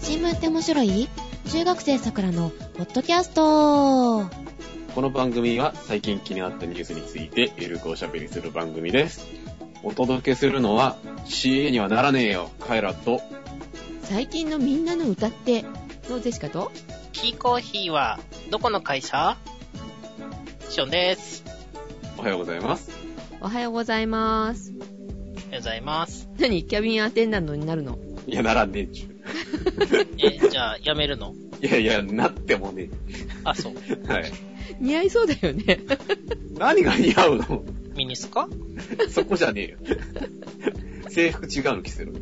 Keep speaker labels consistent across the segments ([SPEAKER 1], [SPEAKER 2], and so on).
[SPEAKER 1] 新聞って面白い中学生さくらのポッドキャスト
[SPEAKER 2] この番組は最近気になったニュースについてゆるくおしゃべりする番組です。お届けするのは CA にはならねえよ、カエラと。
[SPEAKER 1] 最近のみんなの歌ってどうですかと
[SPEAKER 3] キーコーヒーは、どこの会社シオンです。
[SPEAKER 2] おはようございます。
[SPEAKER 1] おはようございます。
[SPEAKER 3] おはようございます。
[SPEAKER 1] 何キャビンアテンダントになるの
[SPEAKER 2] いや、ならねえっちゅ
[SPEAKER 3] え、じゃあ、やめるの
[SPEAKER 2] う。いやいや、なってもね
[SPEAKER 3] あ、そう。
[SPEAKER 2] え。はい。
[SPEAKER 1] 似合いそうだよね。
[SPEAKER 2] 何が似合うの
[SPEAKER 3] ミニスカ
[SPEAKER 2] そこじゃねえよ。制服違うの着せる。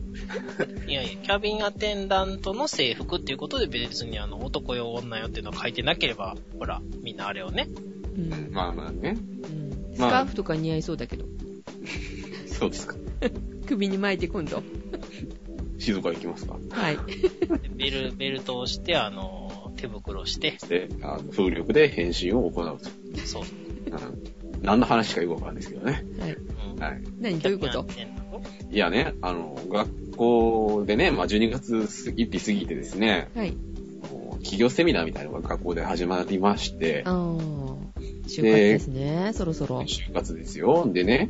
[SPEAKER 3] いやいや、キャビンアテンダントの制服っていうことで別にあの、男用女用っていうのを書いてなければ、ほら、みんなあれをね。
[SPEAKER 1] うん。
[SPEAKER 2] まあまあね。
[SPEAKER 1] うん、ス
[SPEAKER 2] まあ
[SPEAKER 1] カーフとか似合いそうだけど。
[SPEAKER 2] そうですか。
[SPEAKER 1] 首に巻いて今度。
[SPEAKER 2] 静岡行きますか。
[SPEAKER 1] はい。
[SPEAKER 3] ベル、ベルトをして、あの、手袋をして、
[SPEAKER 2] で、あの風力で返信を行うと。
[SPEAKER 3] そう。
[SPEAKER 2] うん何の話かよくわかんないですけどね。
[SPEAKER 1] はい。
[SPEAKER 3] うん
[SPEAKER 2] はい。
[SPEAKER 1] 何どういうこと
[SPEAKER 3] キャビンアテンダント
[SPEAKER 2] いやね、あの、学校でね、まあ、12月過ぎ一日過ぎてですね、
[SPEAKER 1] はい。
[SPEAKER 2] こう企業セミナーみたいなのが学校で始まりまして
[SPEAKER 1] あ、ー。就活ですね、そろそろ。
[SPEAKER 2] 就活ですよ。でね、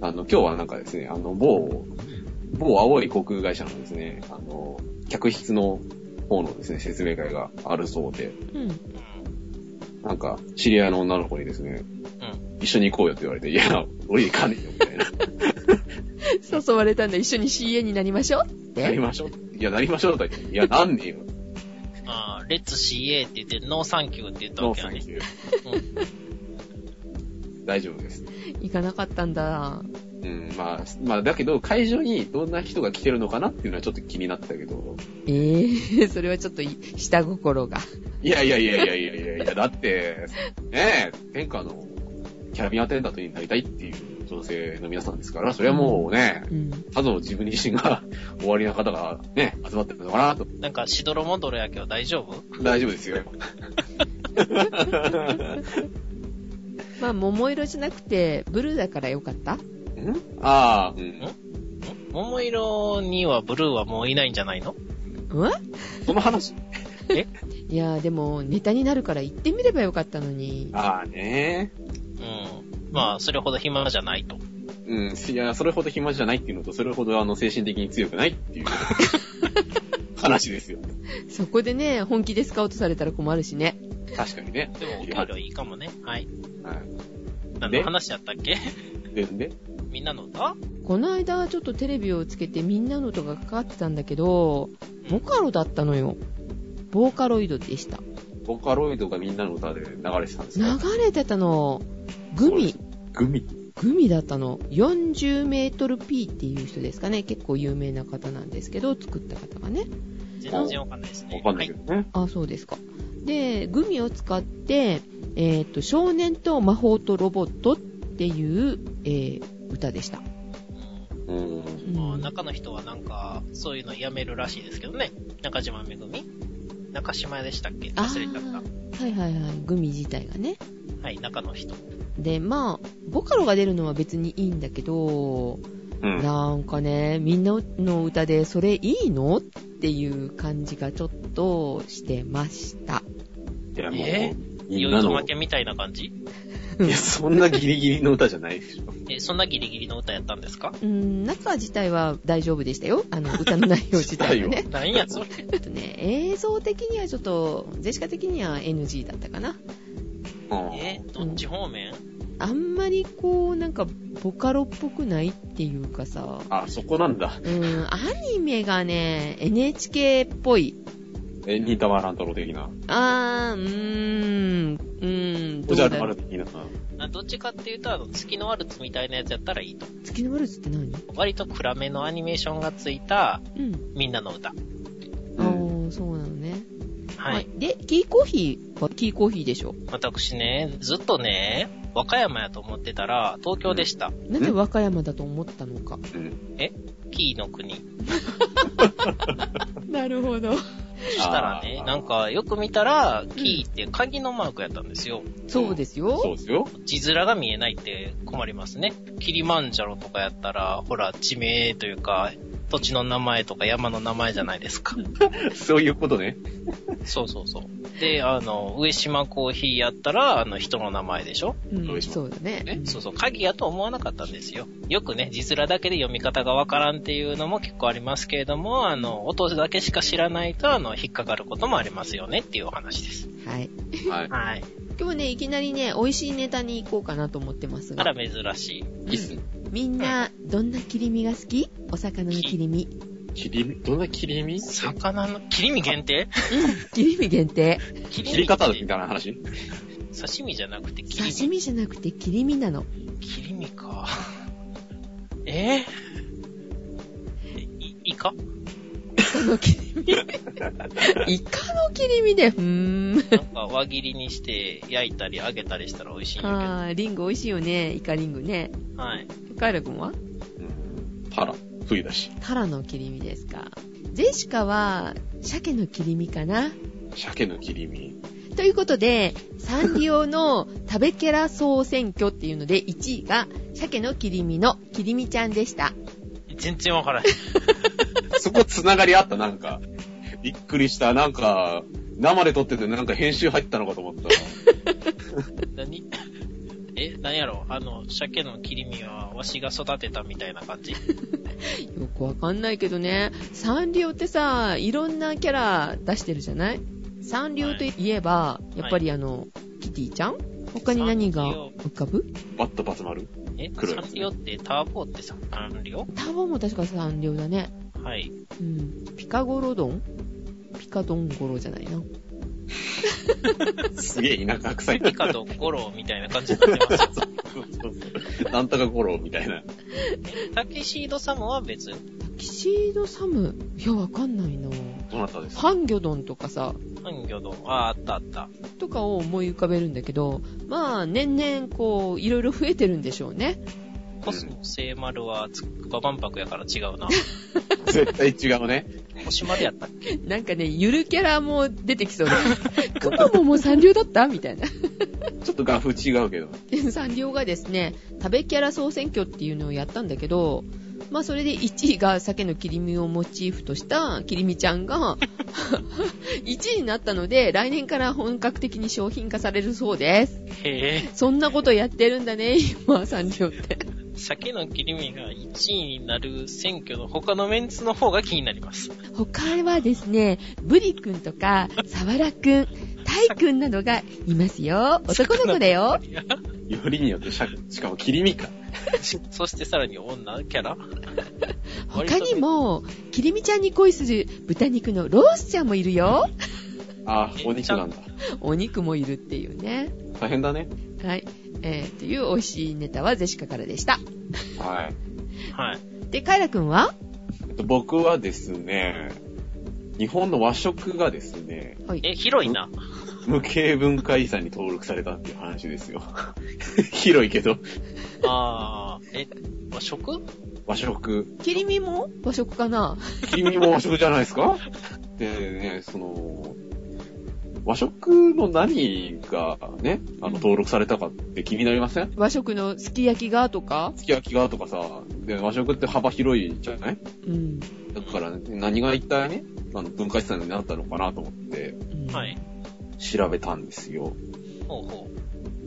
[SPEAKER 2] あの、今日はなんかですね、あの、某、某青い航空会社のですね、あの、客室の方のですね、説明会があるそうで、
[SPEAKER 1] うん。
[SPEAKER 2] なんか、知り合いの女の子にですね、
[SPEAKER 3] うん
[SPEAKER 2] 一緒に行こうよって言われて、いや、俺行かねえよ、みたいな。
[SPEAKER 1] 誘われたんだ、一緒に CA になりましょうって。
[SPEAKER 2] なりましょう。いや、なりましょうとは言って、いや、なんねえよ。
[SPEAKER 3] うん。あーレッツ CA って言って、ノーサンキューって言った
[SPEAKER 2] ノ
[SPEAKER 3] わ
[SPEAKER 2] ー
[SPEAKER 3] け
[SPEAKER 2] サ
[SPEAKER 3] や
[SPEAKER 2] ン
[SPEAKER 3] ね。
[SPEAKER 2] キュー。大丈夫です。
[SPEAKER 1] 行かなかったんだ。
[SPEAKER 2] うん、まあ、まあ、だけど、会場にどんな人が来てるのかなっていうのはちょっと気になったけど、
[SPEAKER 1] ええー、それはちょっとい下心が。
[SPEAKER 2] いやいやいやいやいやいやいや、だって、ねえ、天下のキャビンアテンダントになりたいっていう女性の皆さんですから、それはもうね、
[SPEAKER 1] うん。
[SPEAKER 2] さぞ自分自身が終わりな方がね、集まってるのかなと。
[SPEAKER 3] なんか、しどろもどろやけど大丈夫
[SPEAKER 2] 大丈夫ですよ。
[SPEAKER 1] まあ、桃色じゃなくて、ブルーだからよかった
[SPEAKER 2] んああ、うん。
[SPEAKER 3] ん桃色にはブルーはもういないんじゃないの
[SPEAKER 1] うん
[SPEAKER 2] その話
[SPEAKER 1] いやーでも、ネタになるから行ってみればよかったのに。
[SPEAKER 2] ああね
[SPEAKER 3] うん。まあ、それほど暇じゃないと。
[SPEAKER 2] うん、いや、それほど暇じゃないっていうのと、それほどあの、精神的に強くないって いう話ですよ。
[SPEAKER 1] そこでね、本気でスカウトされたら困るしね。
[SPEAKER 2] 確かにね。
[SPEAKER 3] でも、お給料いいかもね。はい。
[SPEAKER 2] はい。
[SPEAKER 3] 何の話やったっけ
[SPEAKER 2] で、で、
[SPEAKER 3] みんなの歌
[SPEAKER 1] この間、ちょっとテレビをつけてみんなの音がかかってたんだけど、ボカロだったのよ。ボーカロイドでした。
[SPEAKER 2] ボカロイドがみんなの歌で流れてたんです
[SPEAKER 1] 流
[SPEAKER 2] よ。
[SPEAKER 1] れてたの、グミ、
[SPEAKER 2] グミ。
[SPEAKER 1] グミだったの。40メートル P っていう人ですかね。結構有名な方なんですけど、作った方がね。
[SPEAKER 3] 全然わかんないですね。
[SPEAKER 2] わかんないけ
[SPEAKER 3] は
[SPEAKER 2] どね。
[SPEAKER 1] あ、そうですか。で、グミを使って、えっ、と、少年と魔法とロボットっていう、えー歌でした。
[SPEAKER 3] い。
[SPEAKER 2] う。
[SPEAKER 1] うん
[SPEAKER 3] うんまあ、
[SPEAKER 1] ん、
[SPEAKER 3] 中の人はなんか、そういうのやめるらしいですけどね。中島めぐみ中島でしたっけ
[SPEAKER 1] あ
[SPEAKER 3] 忘れちゃっ
[SPEAKER 1] ーはいはいはい。グミ自体がね。
[SPEAKER 3] た。はい、中の人。
[SPEAKER 1] で、まあ、ボカロが出るのは別にいいんだけど、
[SPEAKER 2] うん。
[SPEAKER 1] なんかね、みんなの歌でそれいいのっていう感じがちょっとしてました。
[SPEAKER 2] いや、も
[SPEAKER 3] え
[SPEAKER 2] う、みん
[SPEAKER 3] 酔い
[SPEAKER 2] な
[SPEAKER 3] と
[SPEAKER 2] の
[SPEAKER 3] 負、けみたいな感じ
[SPEAKER 2] いや、そんなギリギリの歌じゃないでしょ。
[SPEAKER 3] え、そんなギリギリの歌やったんですか
[SPEAKER 1] うん、中自体は大丈夫でしたよ。あの、歌の内容自体はね。
[SPEAKER 3] 何やそれ。
[SPEAKER 1] ちょっとね、映像的にはちょっと、ジェシカ的には NG だったかな。
[SPEAKER 2] うん
[SPEAKER 3] え、どっち方面
[SPEAKER 1] あんまりこう、なんか、ボカロっぽくないっていうかさ、
[SPEAKER 2] あ、そこなんだ。
[SPEAKER 1] うん、アニメがね、NHK っぽい。
[SPEAKER 2] え、ニータマランタロ的な。
[SPEAKER 1] あー、うーん、うーん、
[SPEAKER 2] おじゃる
[SPEAKER 1] ろ
[SPEAKER 2] 丸
[SPEAKER 1] う。
[SPEAKER 2] 的な。
[SPEAKER 3] あどっちかっていうと、あの、月のワルツみたいなやつやったらいいと。
[SPEAKER 1] 月のワルツって何
[SPEAKER 3] 割と暗めのアニメーションがついた、
[SPEAKER 1] うん。
[SPEAKER 3] みんなの歌。
[SPEAKER 1] あ
[SPEAKER 2] うん。
[SPEAKER 1] ー、そうなのね。
[SPEAKER 3] はい。。
[SPEAKER 1] で、キーコーヒーはキーコーヒーでしょ。
[SPEAKER 3] 私ね、ずっとね、和歌山やと思ってたら、東京でした。
[SPEAKER 1] なんで和歌山だと思ったのか。
[SPEAKER 2] うん
[SPEAKER 3] キーの国。
[SPEAKER 1] なるほど。
[SPEAKER 3] したらね
[SPEAKER 2] あ、ー
[SPEAKER 3] なんか、よく見たら、キーって鍵のマークやったんですよ。
[SPEAKER 1] そうです
[SPEAKER 2] そう
[SPEAKER 1] よ。
[SPEAKER 2] ですよ。
[SPEAKER 3] 字面が見えないって困りますね。キリマンジャロとかやったら、ほら、地名というか、土地の名前とか山の名前じゃない ですか。
[SPEAKER 2] そういうことね。
[SPEAKER 3] そうそうそう。で、あの、上島コーヒーやったら、あの、人の名前でしょ
[SPEAKER 1] う
[SPEAKER 2] お
[SPEAKER 1] ん、
[SPEAKER 2] いしょ
[SPEAKER 1] そうだね。
[SPEAKER 3] ね、そうそう、鍵やと思わなかったんですよ。よくね、字面だけで読み方がわからんっていうのも結構ありますけれども、あの、音だけしか知らないと、あの、引っかかることもありますよねっていうお話です。
[SPEAKER 1] はい。
[SPEAKER 2] はい。
[SPEAKER 3] はい。
[SPEAKER 1] 今日ね、いきなりね、美味しいネタに行こうかなと思ってます
[SPEAKER 3] あ
[SPEAKER 1] が
[SPEAKER 3] ら、。珍しい。
[SPEAKER 2] いいっすね。
[SPEAKER 1] みんな、どんな切り身が好きお魚の切り身。
[SPEAKER 2] 切り身、どんな切り身
[SPEAKER 3] 魚の、切り身限定
[SPEAKER 1] 切り身限定。
[SPEAKER 3] 切
[SPEAKER 2] 切り方
[SPEAKER 3] っ
[SPEAKER 2] みたいな話
[SPEAKER 3] て刺身じゃなくて切り
[SPEAKER 1] 刺身じゃなくて切り身なの。
[SPEAKER 3] 身。切り身 か。えー、い、イカ
[SPEAKER 1] その切り 身。イカの切り身で、うーん。
[SPEAKER 3] なんか輪切りにして焼いたり揚げたりしたら美味しいんだ
[SPEAKER 1] あー、リンゴ美味しいよね。イカリンゴね。
[SPEAKER 3] けど。はい。
[SPEAKER 1] カイラ君は
[SPEAKER 2] うん。タラ。冬だし。
[SPEAKER 1] タラの切り身ですか。ジェシカは、鮭の切り身かな。
[SPEAKER 2] 鮭の切り身。
[SPEAKER 1] ということで、サンリオの食べキャラ総選挙っていうので、1位が、鮭の切り身の切り身ちゃんでした。
[SPEAKER 3] 全然わからへん。
[SPEAKER 2] そこつながりあった、なんか。びっくりした。なんか、生で撮っててなんか編集入ったのかと思ったら。
[SPEAKER 3] 何 え、何やろあの、鮭の切り身はわしが育てたみたいな 感じ
[SPEAKER 1] よくわかんないけどね、サンリオってさ、いろんなキャラ出してるじゃないサンリオといえば、
[SPEAKER 3] い
[SPEAKER 1] やっぱりあの、キティちゃん他に何が
[SPEAKER 3] サンリオ
[SPEAKER 1] 浮かぶ
[SPEAKER 2] バットバツ丸
[SPEAKER 3] え、
[SPEAKER 2] 黒い
[SPEAKER 3] サンリオってターボってさ、サンリオ
[SPEAKER 1] ターボも確かサンリオだね。
[SPEAKER 3] はい。
[SPEAKER 1] うん。ピカゴロドンピカドンゴロじゃないな。
[SPEAKER 2] すげえ田舎臭い。
[SPEAKER 3] ピカとゴロみたいな感じになってます よ。
[SPEAKER 2] なんとかゴロみたいな。
[SPEAKER 3] タキシードサムは別。
[SPEAKER 1] タキシードサムいや、わかんないな
[SPEAKER 2] どなたですか
[SPEAKER 1] ハンギョドンとかさ、
[SPEAKER 3] ハンギョド。ああー、あったあった。
[SPEAKER 1] とかを思い浮かべるんだけど、まあ、年々こう、いろいろ増えてるんでしょうね。
[SPEAKER 3] コスモ聖丸はつくば万博やから違うな。
[SPEAKER 2] 絶対違うね。
[SPEAKER 3] 星丸やったっけ
[SPEAKER 1] なんかね、ゆるキャラも出てきそうだ。 クマももうサンリオだったみたい な。
[SPEAKER 2] ちょっと画風違うけど。
[SPEAKER 1] でサンリオがですね、食べキャラ総選挙っていうのをやったんだけど、まあそれで1位が鮭の切り身をモチーフとした切り身ちゃん が、1位になったので、来年から本格的に商品化されるそうです。
[SPEAKER 3] へえ。
[SPEAKER 1] そんなことやってるんだね、今、サンリオって。
[SPEAKER 3] 鮭の切り身が1位になる選挙の他のメンツの方が気にな ります。
[SPEAKER 1] 他はですね、ブリくんとか、サワラくん、タイくんなどがいますよ。男の子だよ。
[SPEAKER 2] よりによってしゃ、しかも切り身か。
[SPEAKER 3] そしてさらに女キ ャラ
[SPEAKER 1] 他にも、キリミちゃんに恋する豚肉のロースちゃんもいるよ。
[SPEAKER 2] あ、お肉なんだ。
[SPEAKER 1] お肉もいるっていうね。
[SPEAKER 2] 大変だね。
[SPEAKER 1] はい。えー、という美味しいネタはゼシカからでした。
[SPEAKER 2] はい。
[SPEAKER 3] はい。
[SPEAKER 1] で、カイラくんは
[SPEAKER 2] えっと僕はですね、日本の和食がですね、
[SPEAKER 1] はい。
[SPEAKER 3] え、広いな。
[SPEAKER 2] 無形文化遺産に登録されたっていう話ですよ。 広いけど、
[SPEAKER 3] ああ、え、和食
[SPEAKER 2] 和食。
[SPEAKER 1] キリミも和食かな
[SPEAKER 2] 君も和食じゃないですかでね、その、和食の何がね、あの、登録されたかって気になりません
[SPEAKER 1] 和食のすき焼きがとか
[SPEAKER 2] すき焼きがとかさ、で、和食って幅広いじゃない
[SPEAKER 1] うん。
[SPEAKER 2] だから、ね、何が一体ね、あの、文化資産になったのかなと思って
[SPEAKER 1] うん
[SPEAKER 3] はい。。
[SPEAKER 2] 調べたんですよ。
[SPEAKER 3] ほうほ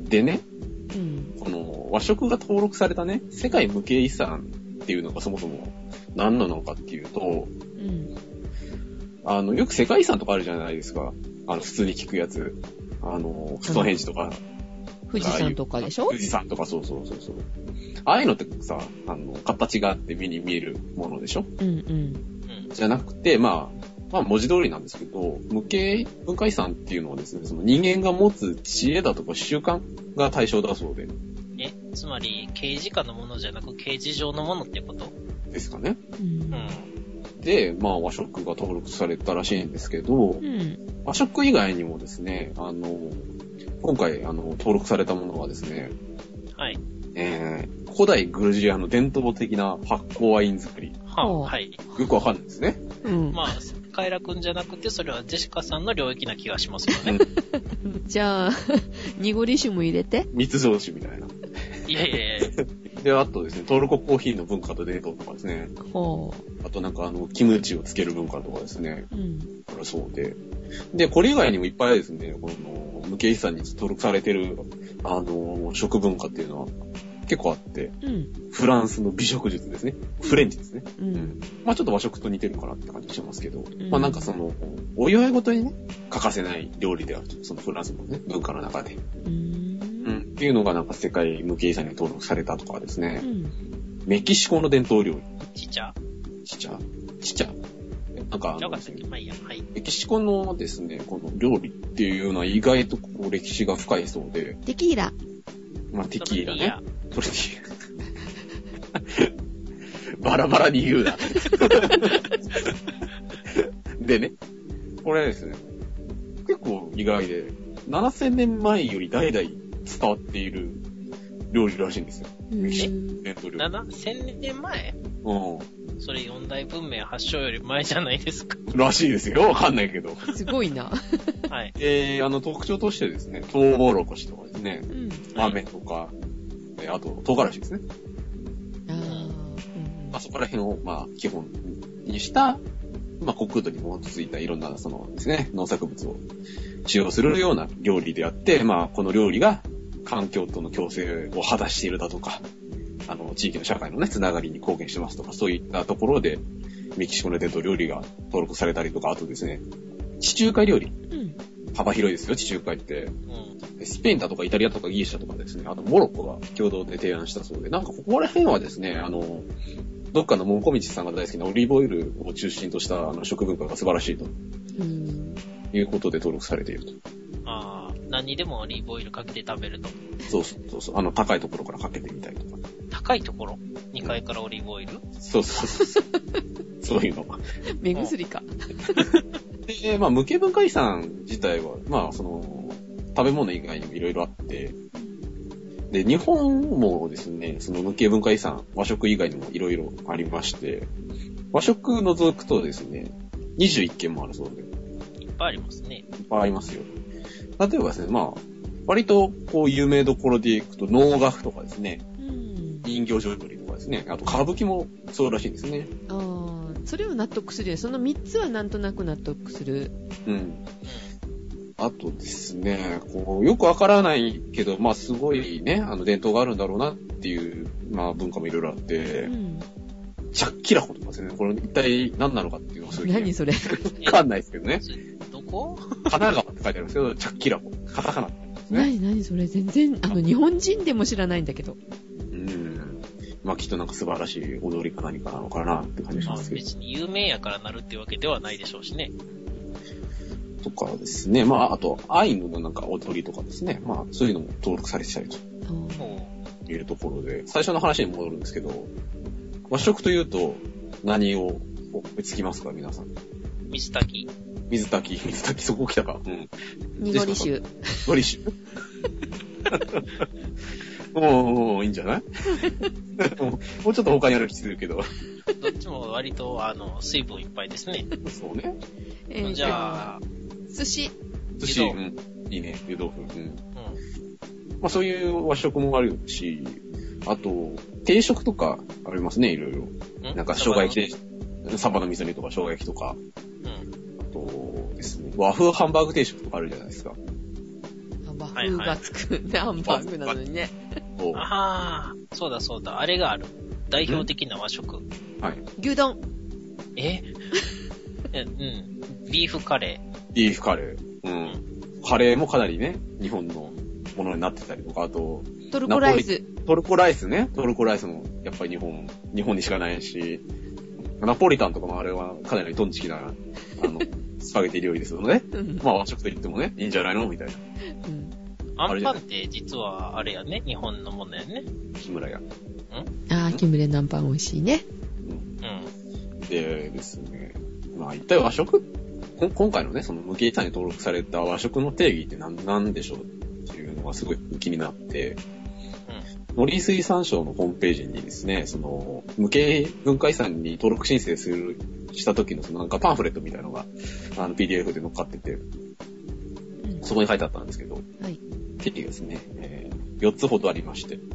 [SPEAKER 3] う。
[SPEAKER 2] でね、
[SPEAKER 1] うん。
[SPEAKER 2] この和食が登録されたね、世界無形遺産っていうのがそもそも何なのかっていうと、
[SPEAKER 1] うん。
[SPEAKER 2] あの、よく世界遺産とかあるじゃないですか。あの、普通に聞くやつ。あの、ストーヘンジとか。
[SPEAKER 1] 富士山とかでしょ
[SPEAKER 2] 富士山とか、そうそうそうそう。ああいうのってさ、あの、形があって目に見えるものでしょ
[SPEAKER 1] うんうん。
[SPEAKER 3] うん。
[SPEAKER 2] じゃなくて、まあ、まあ文字通りなんですけど、無形文化遺産っていうのはですね、その人間が持つ知恵だとか習慣が対象だそうで、
[SPEAKER 3] え、つまり、刑事課のものじゃなく、刑事上のものってこと
[SPEAKER 2] ですかね。
[SPEAKER 1] う。
[SPEAKER 3] うんん。
[SPEAKER 2] で、まあ和食が登録されたらしいんですけど
[SPEAKER 1] う、ん。
[SPEAKER 2] 和食以外にもですね、あの、今回、あの、登録されたものはですね、
[SPEAKER 3] はい。
[SPEAKER 2] えー、古代グルジアの伝統的な発酵ワイン作り。
[SPEAKER 3] はあ、
[SPEAKER 1] ほう
[SPEAKER 3] はい。
[SPEAKER 2] よくわかんないですね。
[SPEAKER 1] うん。
[SPEAKER 3] まあ、カイラくんじゃなくて、それはジェシカさんの領域な気がしますよね。
[SPEAKER 1] じゃあ、濁り酒も入れて。
[SPEAKER 2] 密造酒みたいな。
[SPEAKER 3] いやいやいや、
[SPEAKER 2] で、あとですね、トルココーヒーの文化とデートとかですね。
[SPEAKER 1] は
[SPEAKER 2] あとなんかあの、キムチをつける文化とかですね。
[SPEAKER 1] あ。うん。
[SPEAKER 2] あるそうで。で、これ以外にもいっぱいですね、この、無形遺産に登録されてる、あの、食文化っていうのは結構あって、
[SPEAKER 1] うん。
[SPEAKER 2] フランスの美食術ですね。フレンチですね。
[SPEAKER 1] う
[SPEAKER 2] うんん。。まあちょっと和食と似てるかなって感じしますけど、
[SPEAKER 1] ん
[SPEAKER 2] まあなんかその、お祝いごとにね、欠かせない料理であると、そのフランスのね、文化の中で。
[SPEAKER 1] うーん。
[SPEAKER 2] うん。っていうのがなんか世界無形遺産に登録されたとかです
[SPEAKER 1] う
[SPEAKER 2] ね、
[SPEAKER 1] ん。
[SPEAKER 2] メキシコの伝統料
[SPEAKER 3] ちっちゃ。
[SPEAKER 2] 理、チチャ、チチャ。なんかあ
[SPEAKER 3] よ
[SPEAKER 2] の
[SPEAKER 3] かったっけまあいいや。はい。
[SPEAKER 2] メキシコのですね、この料理っていうのは意外とこう歴史が深いそうで、
[SPEAKER 1] テキーラ。
[SPEAKER 2] まあテキーラ
[SPEAKER 3] トルティー
[SPEAKER 2] ね
[SPEAKER 3] ヤ。
[SPEAKER 2] トルティー ヤ。バラバラに言うな。でね、これですね、結構意外で、7000年前より代々伝わっている料理らしいんですよ。メキシコ
[SPEAKER 1] うん
[SPEAKER 2] 伝統料理。
[SPEAKER 3] 7000年前
[SPEAKER 2] う
[SPEAKER 3] それ四大文明発祥より前じゃないです か。
[SPEAKER 2] ん。らしいですよ。わかんないけど。
[SPEAKER 1] すごいな。
[SPEAKER 3] はい。
[SPEAKER 2] えー、あの特徴としてですね、トウモロコシとかですね
[SPEAKER 1] う、ん。
[SPEAKER 2] 豆とか、えーあと唐辛子ですね。
[SPEAKER 1] あ
[SPEAKER 2] まあ、
[SPEAKER 1] あ。
[SPEAKER 2] そこら辺を、まあ、基本にした、まあ、国土に基づいたいろんな、そのですね、農作物を使用するような料理であって、まあ、この料理が環境との共生を果たしているだとか、あの、地域の社会のね、つながりに貢献してますとか、そういったところで、メキシコの伝統料理が登録されたりとか、あとですね、地中海料理。
[SPEAKER 1] うん。
[SPEAKER 2] 幅広いですよ、地中海って。
[SPEAKER 3] うん。
[SPEAKER 2] スペインだとかイタリアとかギリシャとかですね、あとモロッコが共同で提案したそうで、なんかここら辺はですね、あの、どっかのモコミチさんが大好きなオリーブオイルを中心としたあの食文化が素晴らしいと
[SPEAKER 1] うん。
[SPEAKER 2] いうことで登録されていると。
[SPEAKER 3] ああ、何にでもオリーブオイルかけて食べると。
[SPEAKER 2] そうそうそうそう、あの高いところからかけてみたいとか。
[SPEAKER 3] 高いところ ?2 階からオリーブオイル
[SPEAKER 2] そうそうそうそう。そういうの。
[SPEAKER 1] 目薬か。
[SPEAKER 2] で、まあ、無形文化遺産自体は、まあ、その、食べ物以外にもいろいろあって、で、日本もですね、その無形文化遺産、和食以外にもいろいろありまして、和食除くとですね、21件もあるそうで、いっ
[SPEAKER 3] いっぱいありますね。
[SPEAKER 2] ぱいありますよ。例えばですね、まあ、割と、こう、有名どころでいくと、農楽とかですね、
[SPEAKER 1] うん。
[SPEAKER 2] 人形浄瑠璃とかですね、あと歌舞伎もそうらしいですね。
[SPEAKER 1] ああ。それは納得するよ。その3つはなんとなく納得する。
[SPEAKER 2] うん。
[SPEAKER 3] う
[SPEAKER 2] あとですね、こう、よくわからないけど、まあすごいね、あの伝統があるんだろうなっていう、まあ文化もいろいろあっ
[SPEAKER 1] う
[SPEAKER 2] て、
[SPEAKER 1] ん。
[SPEAKER 2] チャッキラコとかですね、これ一体何なのかっていうのはすごい。
[SPEAKER 1] 何
[SPEAKER 2] わ
[SPEAKER 1] それ。
[SPEAKER 3] ん。
[SPEAKER 2] かんないですけどね。
[SPEAKER 3] えどこ
[SPEAKER 2] 神奈川って書いてあるんですけど、チャッキラコ。カタカナ。ね
[SPEAKER 1] 何何それ。全然、あの、日本人でも知らないんだけど。
[SPEAKER 2] うん。まあきっとなんか素晴らしい踊りか何かなのかなって感じし
[SPEAKER 3] まあ
[SPEAKER 2] ますけど。
[SPEAKER 3] 別に有名やからなるってわけではないでしょうしね。
[SPEAKER 2] とかですね、まああと、アイヌのなんか踊りとかですね、まあそういうのも登録されてたりと
[SPEAKER 1] あー
[SPEAKER 3] も
[SPEAKER 2] いるところで、最初の話に戻るんですけど、和食というと、何を思いつきますか皆さん。
[SPEAKER 3] う、水炊き
[SPEAKER 2] 水炊き、 水炊きそこ来たか。うん。
[SPEAKER 1] 濁り臭。
[SPEAKER 2] のり酒。 もう、いいんじゃない もうちょっと他にある気するけど。
[SPEAKER 3] どっちも割と、あの、水分いっぱいですね。
[SPEAKER 2] そうね。
[SPEAKER 1] えー
[SPEAKER 3] じゃあ、
[SPEAKER 1] 寿司。
[SPEAKER 2] 寿司、
[SPEAKER 3] 湯
[SPEAKER 2] う
[SPEAKER 3] 豆
[SPEAKER 2] ん。いいね。湯豆腐。うん。
[SPEAKER 3] う
[SPEAKER 2] まあそういう和食もあるし、あと、定食とかありますね、いろいろ。
[SPEAKER 3] ん。
[SPEAKER 2] なんか、生姜焼きで、サバの味噌煮とか生姜焼きとか。
[SPEAKER 3] うん。
[SPEAKER 2] あとですね、和風ハンバーグ定食とかあるじゃないですか。
[SPEAKER 1] 和風がつく。ハンバーグなのにね。
[SPEAKER 2] こう
[SPEAKER 3] ああ、そうだそうだ。あれがある。代表的な和食。
[SPEAKER 2] はい。
[SPEAKER 1] 牛丼。
[SPEAKER 3] え えうん。ビーフカレ
[SPEAKER 2] ビーフカレー。うん。カレーもかなりね、日本のものになってたりとか、あと、
[SPEAKER 1] トルコライス。
[SPEAKER 2] トルコライスね。トルコライスも、やっぱり日本、日本にしかないし、ナポリタンとかもあれはかなりトンチキな、あの、スパゲティ料理ですよね。
[SPEAKER 1] うん
[SPEAKER 2] まあ和食と言ってもね、いいんじゃないのみたいな。
[SPEAKER 1] うん
[SPEAKER 3] ー。
[SPEAKER 2] あ
[SPEAKER 3] ア
[SPEAKER 2] れ
[SPEAKER 3] ン
[SPEAKER 2] じゃな
[SPEAKER 3] パン
[SPEAKER 2] い
[SPEAKER 3] って実はあれやね。日本のものやね。
[SPEAKER 2] 木村屋。
[SPEAKER 1] あー、キムレナンパン美味しいね。
[SPEAKER 2] うん。
[SPEAKER 3] うん。
[SPEAKER 2] でですね、まあ一体和食、こ今回のね、その無形遺産に登録された和食の定義って何なんでしょうっていうのがすごい気になって、森水産省のホームページにですね、その、無形文化遺産に登録申請する、した時のそのなんかパンフレットみたいなのが、あの PDF で載っかってて、
[SPEAKER 1] うん
[SPEAKER 2] そこに書いてあったんですけど、
[SPEAKER 1] はい。
[SPEAKER 2] 定義がですね、え4つほどありまして、
[SPEAKER 1] うん。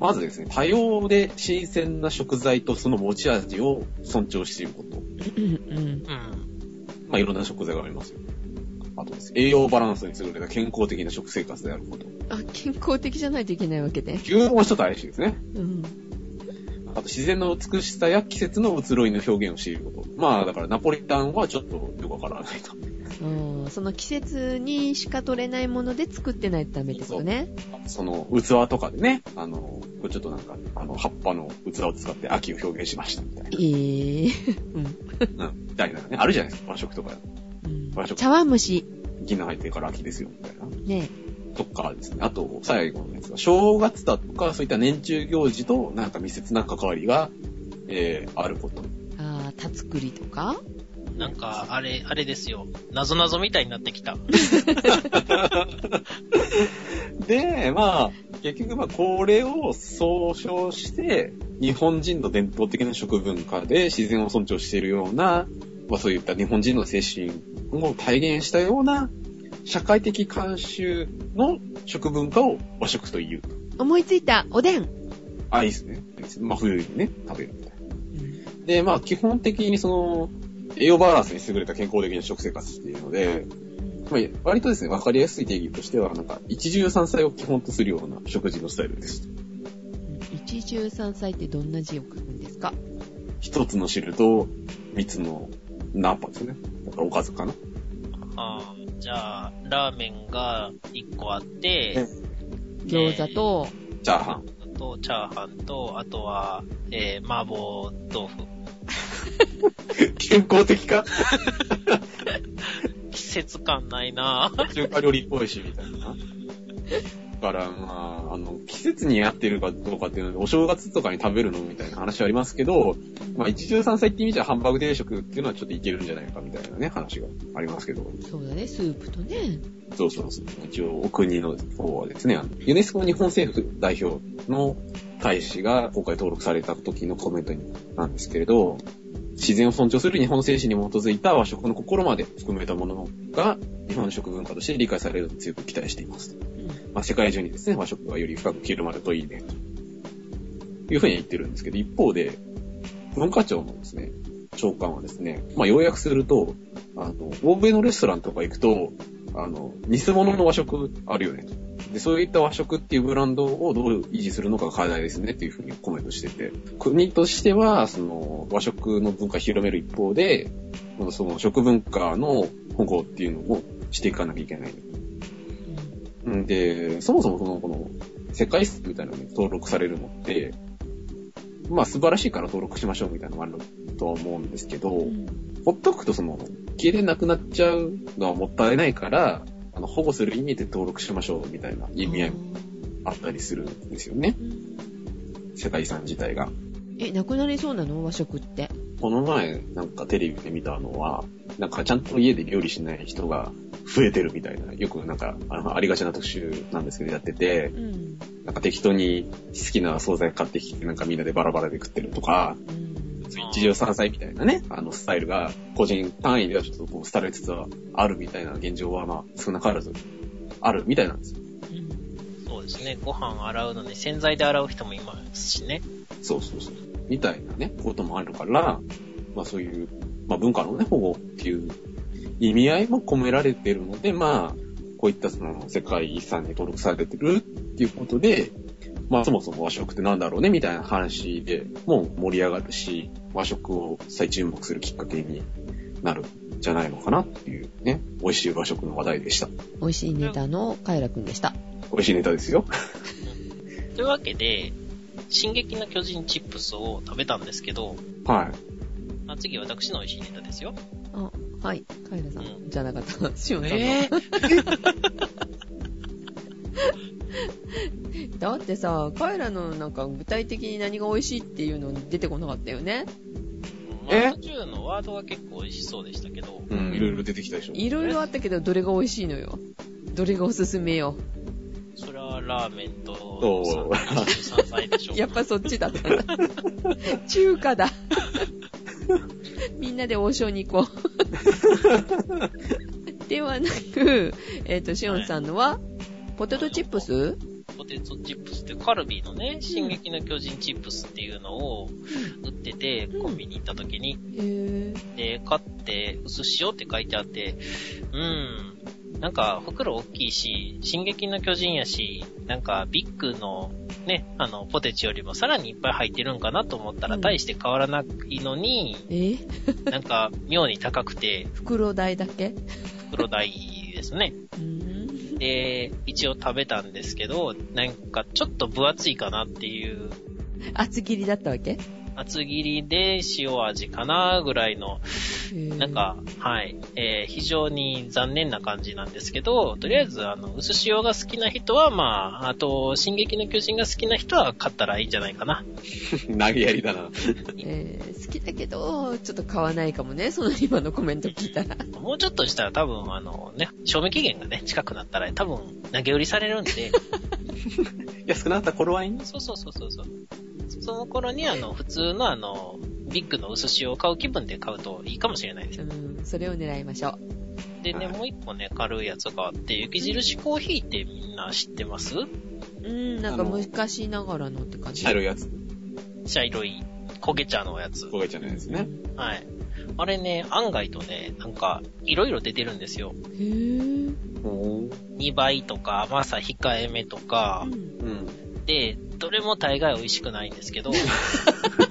[SPEAKER 2] まずですね、多様で新鮮な食材とその持ち味を尊重していること。
[SPEAKER 1] うん
[SPEAKER 3] うん。
[SPEAKER 2] まあ、いろんな食材がありますよ。あとです。栄養バランスに優れた健康的な食生活であること。
[SPEAKER 1] あ、健康的じゃないといけないわけで。
[SPEAKER 2] 牛丼はちょっと怪しいですね。
[SPEAKER 1] うん。
[SPEAKER 2] あと、自然の美しさや季節の移ろいの表現をしていること。まあ、だからナポリタンはちょっとよくわからないと。
[SPEAKER 1] うんその季節にしか取れないもので作ってないとダメってことね。
[SPEAKER 2] その器とかでね、あの、これちょっとなんか、あの、葉っぱの器を使って秋を表現しましたみたい
[SPEAKER 1] えーうん
[SPEAKER 2] な。うん。みたいなね。あるじゃないですか。和食とか。
[SPEAKER 1] う
[SPEAKER 2] 和
[SPEAKER 1] ん。
[SPEAKER 2] 食
[SPEAKER 1] 茶碗蒸し。
[SPEAKER 2] 銀杏入ってるから秋ですよ、みたいな。
[SPEAKER 1] ね。
[SPEAKER 2] とかですね。あと、最後のやつは、正月だとか、そういった年中行事と、なんか密接な関わりが、えー、あること。
[SPEAKER 1] あー、田作りとか。
[SPEAKER 3] なんか、あれ、あれですよ。謎謎みたいになってきた。
[SPEAKER 2] で、まあ、結局まあ、これを総称して、日本人の伝統的な食文化で自然を尊重しているような、まあそういった日本人の精神を体現したような、社会的慣習の食文化を和食という。
[SPEAKER 1] 思いついた、おでん。
[SPEAKER 2] あ、いいですね。いいですねまあ、冬にね、食べるみたいな。で、まあ、基本的にその、栄養バランスに優れた健康的な食生活っていうので、まあ、割とですね、わかりやすい定義としては、なんか、一汁三菜を基本とするような食事のスタイルです。
[SPEAKER 1] 一汁三菜ってどんな字を書くんですか
[SPEAKER 2] 一つの汁と、三つのナンパですね。だから、おかずかな。
[SPEAKER 3] あーじゃあ、ラーメンが1個あって、
[SPEAKER 1] 餃子と、
[SPEAKER 2] チャーハン。
[SPEAKER 3] あと、チャーハンと、あとは、えー、麻婆豆腐。
[SPEAKER 2] 健康的か
[SPEAKER 3] 季節感ないな ぁ。
[SPEAKER 2] 中華料理っぽいし、みたいな。だから、まあ、あの、季節に合ってるかどうかっていうので、お正月とかに食べるのみたいな話はありますけど、まあ、一汁三菜って意味じゃハンバーグ定食っていうのはちょっといけるんじゃないかみたいなね、話がありますけど。
[SPEAKER 1] そうだね、スープとね。
[SPEAKER 2] そうそうそう。一応、お国の方はですね、あのユネスコ日本政府代表の大使が今回登録された時のコメントになんですけれど、自然を尊重する日本精神に基づいた和食の心まで含めたものが日本食文化として理解されると強く期待しています。まあ、世界中にですね、和食がより深く広まるといいね、というふうに言ってるんですけど、一方で、文化庁のですね、長官はですね、まあ、要約すると、あの、欧米のレストランとか行くと、あの、偽物の和食あるよねと。で、そういった和食っていうブランドをどう維持するのかが課題ですねっていうふうにコメントしてて、国としては、その、和食の文化を広める一方で、このその食文化の保護っていうのをしていかなきゃいけない。うんで、そもそもこの、この、世界遺産みたいなのに登録されるのって、まあ素晴らしいから登録しましょうみたいなのがあるとは思うんですけど、ほっとくとその、消えれなくなっちゃうのはもったいないから、あの、保護する意味で登録しましょうみたいな意味合いもあったりするんですよね。
[SPEAKER 1] うん
[SPEAKER 2] 世界遺産自体が。
[SPEAKER 1] え、なくなりそうなの和食って。
[SPEAKER 2] この前なんかテレビで見たのは、なんかちゃんと家で料理しない人が増えてるみたいな、よくなんか、あのありがちな特集なんですけどやってて、
[SPEAKER 1] うん。
[SPEAKER 2] なんか適当に好きな惣菜買ってきて、なんかみんなでバラバラで食ってるとか、
[SPEAKER 1] うん
[SPEAKER 2] 一条三歳みたいなね、あのスタイルが、個人単位ではちょっとこう、廃れつつあるみたいな現状は、まあ、少なからず、あるみたいなんですよ。
[SPEAKER 3] そうですね。ご飯洗うのに洗剤で洗う人もいますしね。
[SPEAKER 2] そうそうそう。みたいなね、こともあるから、まあそういう、まあ文化のね、保護っていう意味合いも込められてるので、まあ、こういったその世界遺産に登録されてるっていうことで、まあそもそも和食ってなんだろうねみたいな話でもう盛り上がるし、和食を再注目するきっかけになるんじゃないのかなっていうね、美味しい和食の話題でした。
[SPEAKER 1] 美味しいネタのカイラくんでした。
[SPEAKER 2] 美味しいネタですよ。
[SPEAKER 3] というわけで、進撃の巨人チップスを食べたんですけど、
[SPEAKER 2] はい。
[SPEAKER 3] あ次私の美味しいネタですよ。
[SPEAKER 1] あ、はい。カイラさ。
[SPEAKER 3] うん
[SPEAKER 1] じゃなかった。シオンさんの。
[SPEAKER 3] えー、
[SPEAKER 1] だってさ、カイラのなんか具体的に何が美味しいっていうの出てこなかったよね。
[SPEAKER 3] まあ
[SPEAKER 2] え
[SPEAKER 3] 途中のワードが結構美味しそうでしたけど、
[SPEAKER 2] うん、いろいろ出てきたでしょ。
[SPEAKER 1] いろいろあったけど、どれが美味しいのよ。どれがおすすめよ。
[SPEAKER 3] それはラーメンと、
[SPEAKER 2] そう
[SPEAKER 3] 山菜でしょ。
[SPEAKER 1] やっぱそっちだった んだ。中華 だ。みんなで王将に行こう。ではなく、えっ、と、シオンさんのは、ポテトチップス
[SPEAKER 3] ポテトチップスっていうカルビーのね、進撃の巨人チップスっていうのを売ってて、
[SPEAKER 1] うん
[SPEAKER 3] コンビニ行った時
[SPEAKER 1] へ
[SPEAKER 3] に、
[SPEAKER 1] え。
[SPEAKER 3] で、買って、薄塩って書いてあって、うん、なんか袋大きいし、進撃の巨人やし、なんかビッグのね、あの、ポテチよりもさらにいっぱい入ってるんかなと思ったら、
[SPEAKER 1] うん
[SPEAKER 3] 大して変わらないのに、
[SPEAKER 1] え
[SPEAKER 3] なんか妙に高くて、
[SPEAKER 1] 袋代だけ
[SPEAKER 3] 袋代ですね。
[SPEAKER 1] うん。
[SPEAKER 3] で、一応食べたんですけど、なんかちょっと分厚いかなっていう、
[SPEAKER 1] 厚切りだったわけ
[SPEAKER 3] 厚切りで塩味かなぐらいの、なん、か、はい、えー非常に残念な感じなんですけど、とりあえず、あの、薄塩が好きな人は、まあ、あと、進撃の巨人が好きな人は買ったらいいんじゃないかな。
[SPEAKER 2] 投げやりだな。
[SPEAKER 1] えー好きだけど、ちょっと買わないかもね、その今のコメント聞い たら。
[SPEAKER 3] もうちょっとしたら多分、あのね、賞味期限がね、近くなったら多分、投げ売りされるん で、
[SPEAKER 2] 安くなった頃合いに。
[SPEAKER 3] そうそうそうそうそう。その頃に、あの、普通のあの、ビッグの薄塩を買う気分で買うといいかもしれないですね
[SPEAKER 1] うん、それを狙いましょ
[SPEAKER 3] でね、
[SPEAKER 2] はい
[SPEAKER 3] もう一個ね、軽いやつがあって、雪印コーヒーってみんな知ってます
[SPEAKER 1] う。うん、なんか昔ながらのって感じ。
[SPEAKER 2] 茶色いやつ。
[SPEAKER 3] 茶色い焦げ茶のやつ。
[SPEAKER 2] 焦げちゃうやつね。
[SPEAKER 3] はい。あれね、案外とね、なんか、いろいろ出てるんですよ。
[SPEAKER 1] へぇ
[SPEAKER 2] ほう。
[SPEAKER 3] 2倍とか、甘さ控えめとか、
[SPEAKER 2] うん。
[SPEAKER 3] で、どれも大概美味しくないんです けど、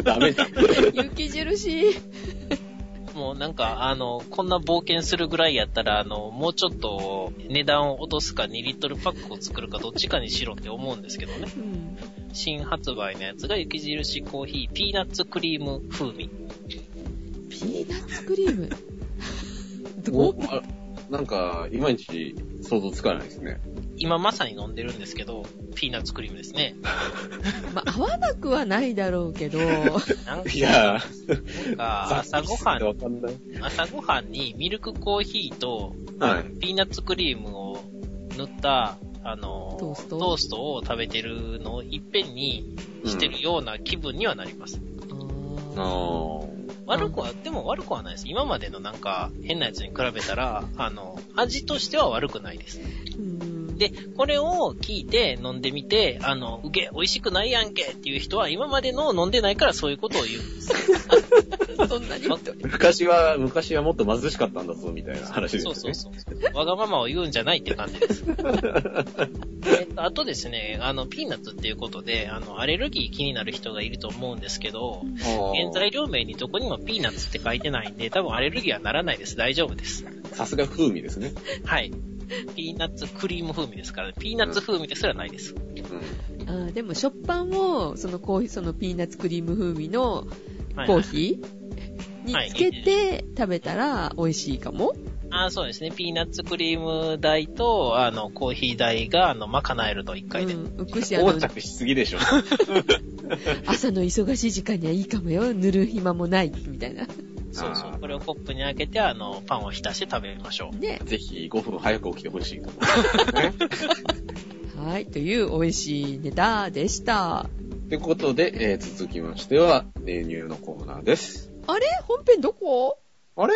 [SPEAKER 2] ダメじゃん。
[SPEAKER 1] 雪印。
[SPEAKER 3] もうなんか、あの、こんな冒険するぐらいやったら、あの、もうちょっと値段を落とすか2リットルパックを作るかどっちかにしろって思うんですけどね。
[SPEAKER 1] うん。
[SPEAKER 3] 新発売のやつが雪印コーヒーピーナッツクリーム風味。
[SPEAKER 1] ピーナッツクリー ム。ど
[SPEAKER 2] お
[SPEAKER 1] う
[SPEAKER 2] あなんか、いまいち想像つかないですね。
[SPEAKER 3] 今まさに飲んでるんですけど、ピーナッツクリームですね。
[SPEAKER 1] まあ、合わなくはないだろうけ ど、
[SPEAKER 3] なん
[SPEAKER 2] いやー、
[SPEAKER 3] か、 朝ごはん、
[SPEAKER 2] わかんない。
[SPEAKER 3] 朝ごはんにミルクコーヒーと
[SPEAKER 2] はい。
[SPEAKER 3] ピーナッツクリームを塗った、あの、
[SPEAKER 1] トースト
[SPEAKER 3] を食べてるのをいっぺんにしてるような気分にはなります。
[SPEAKER 2] あ
[SPEAKER 1] あ
[SPEAKER 2] ー
[SPEAKER 3] 悪くは、でも悪くはないです。今までのなんか変なやつに比べたら、あの、味としては悪くないです。
[SPEAKER 1] ーうん
[SPEAKER 3] で、これを聞いて飲んでみて、あの、うげ、美味しくないやんけっていう人は今までのを飲んでないからそういうことを言うんです。
[SPEAKER 1] そんなに
[SPEAKER 3] わ
[SPEAKER 2] 昔は、昔はもっと貧しかったんだぞ、みたいな話です
[SPEAKER 3] そ
[SPEAKER 2] よ
[SPEAKER 3] う
[SPEAKER 2] ね。
[SPEAKER 3] そうそう。わがままを言うんじゃないって感じです。えっと、あとですね、あの、ピーナッツっていうことで、あの、アレルギー気になる人がいると思うんですけど、
[SPEAKER 2] あー
[SPEAKER 3] 原材料名にどこにもピーナッツって書いてないんで、多分アレルギーはならないです。大丈夫です。
[SPEAKER 2] さすが風味ですね。
[SPEAKER 3] はい。ピーナッツクリーム風味ですから、ピーナッツ風味ですらないです。
[SPEAKER 2] う
[SPEAKER 1] あーでも、食パンを、そのコーヒー、そのピーナッツクリーム風味の
[SPEAKER 3] はい、
[SPEAKER 1] コーヒー
[SPEAKER 3] はい
[SPEAKER 1] につけて食べたら美味しいかも。
[SPEAKER 3] あそうですね。ピーナッツクリーム代と、あの、コーヒー代が、あの、まかなえると一回で。
[SPEAKER 1] うん、うくしあ
[SPEAKER 2] ん。
[SPEAKER 1] の
[SPEAKER 2] 横、着しすぎでしょ。
[SPEAKER 1] 朝の忙しい時間にはいいかもよ。塗る暇もない。みたいな。
[SPEAKER 3] そうそ
[SPEAKER 2] あ
[SPEAKER 3] う。
[SPEAKER 2] ー
[SPEAKER 3] これをコップに開けて、あの、パンを浸して食べましょう。
[SPEAKER 1] ね。
[SPEAKER 2] ぜひ5分早く起きてほし いかも。
[SPEAKER 1] はい。という美味しいネタでした。
[SPEAKER 2] ということで、えー続きましては、えーニューのコーナーです。
[SPEAKER 1] あれ本編どこ
[SPEAKER 2] あれ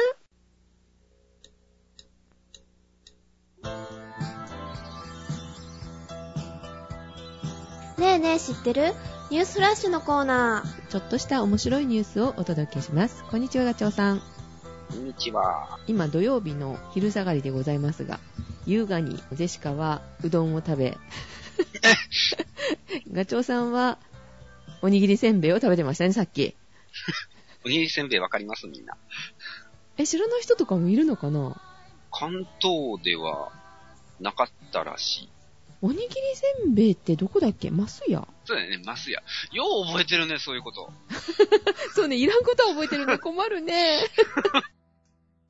[SPEAKER 4] ねえねえ知ってるニュースフラッシュのコーナー。
[SPEAKER 1] ちょっとした面白いニュースをお届けします。こんにちは、ガチョウさん。
[SPEAKER 5] こんにちは。
[SPEAKER 1] 今土曜日の昼下がりでございますが、優雅にジェシカはうどんを食 べ、ガチョウさんはおにぎりせんべいを食べてましたね、さっき。
[SPEAKER 5] おにぎりせんべいわかりますみんな。
[SPEAKER 1] え、知らない人とかもいるのかな
[SPEAKER 5] 関東ではなかったらしい。
[SPEAKER 1] おにぎりせんべいってどこだっけマスヤ
[SPEAKER 5] そうだよね、マスや。よう覚えてるね、そういうこと。
[SPEAKER 1] そうね、いらんことは覚えてるの困るね。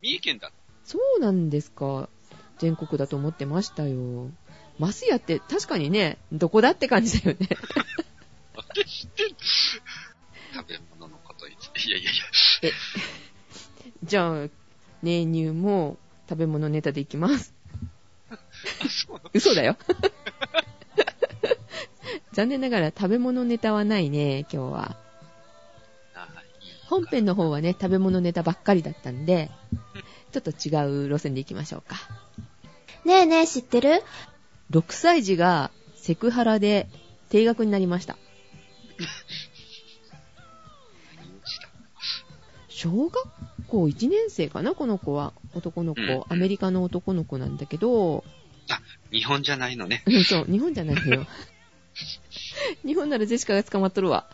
[SPEAKER 5] 三重県だ。
[SPEAKER 1] そうなんですか。全国だと思ってましたよ。マスヤって確かにね、どこだって感じだよね。
[SPEAKER 5] 食べ物のことについて。いやいやいや。
[SPEAKER 1] じゃあ、練乳も食べ物ネタでいきます。
[SPEAKER 5] あそう
[SPEAKER 1] 嘘だよ。 残念ながら食べ物ネタはないね、今日は。
[SPEAKER 5] なのはい
[SPEAKER 1] 本編の方はね、食べ物ネタばっかりだったんで、ちょっと違う路線でいきましょうか。
[SPEAKER 4] ねえねえ知ってる
[SPEAKER 1] 6歳児がセクハラで定額になりま した。小学校1年生かな、この子は。男の子、
[SPEAKER 5] うん
[SPEAKER 1] アメリカの男の子なんだけど、
[SPEAKER 5] 日本じゃないのね。
[SPEAKER 1] うんそう、日本じゃないのよ。日本ならジェシカが捕まっとるわ。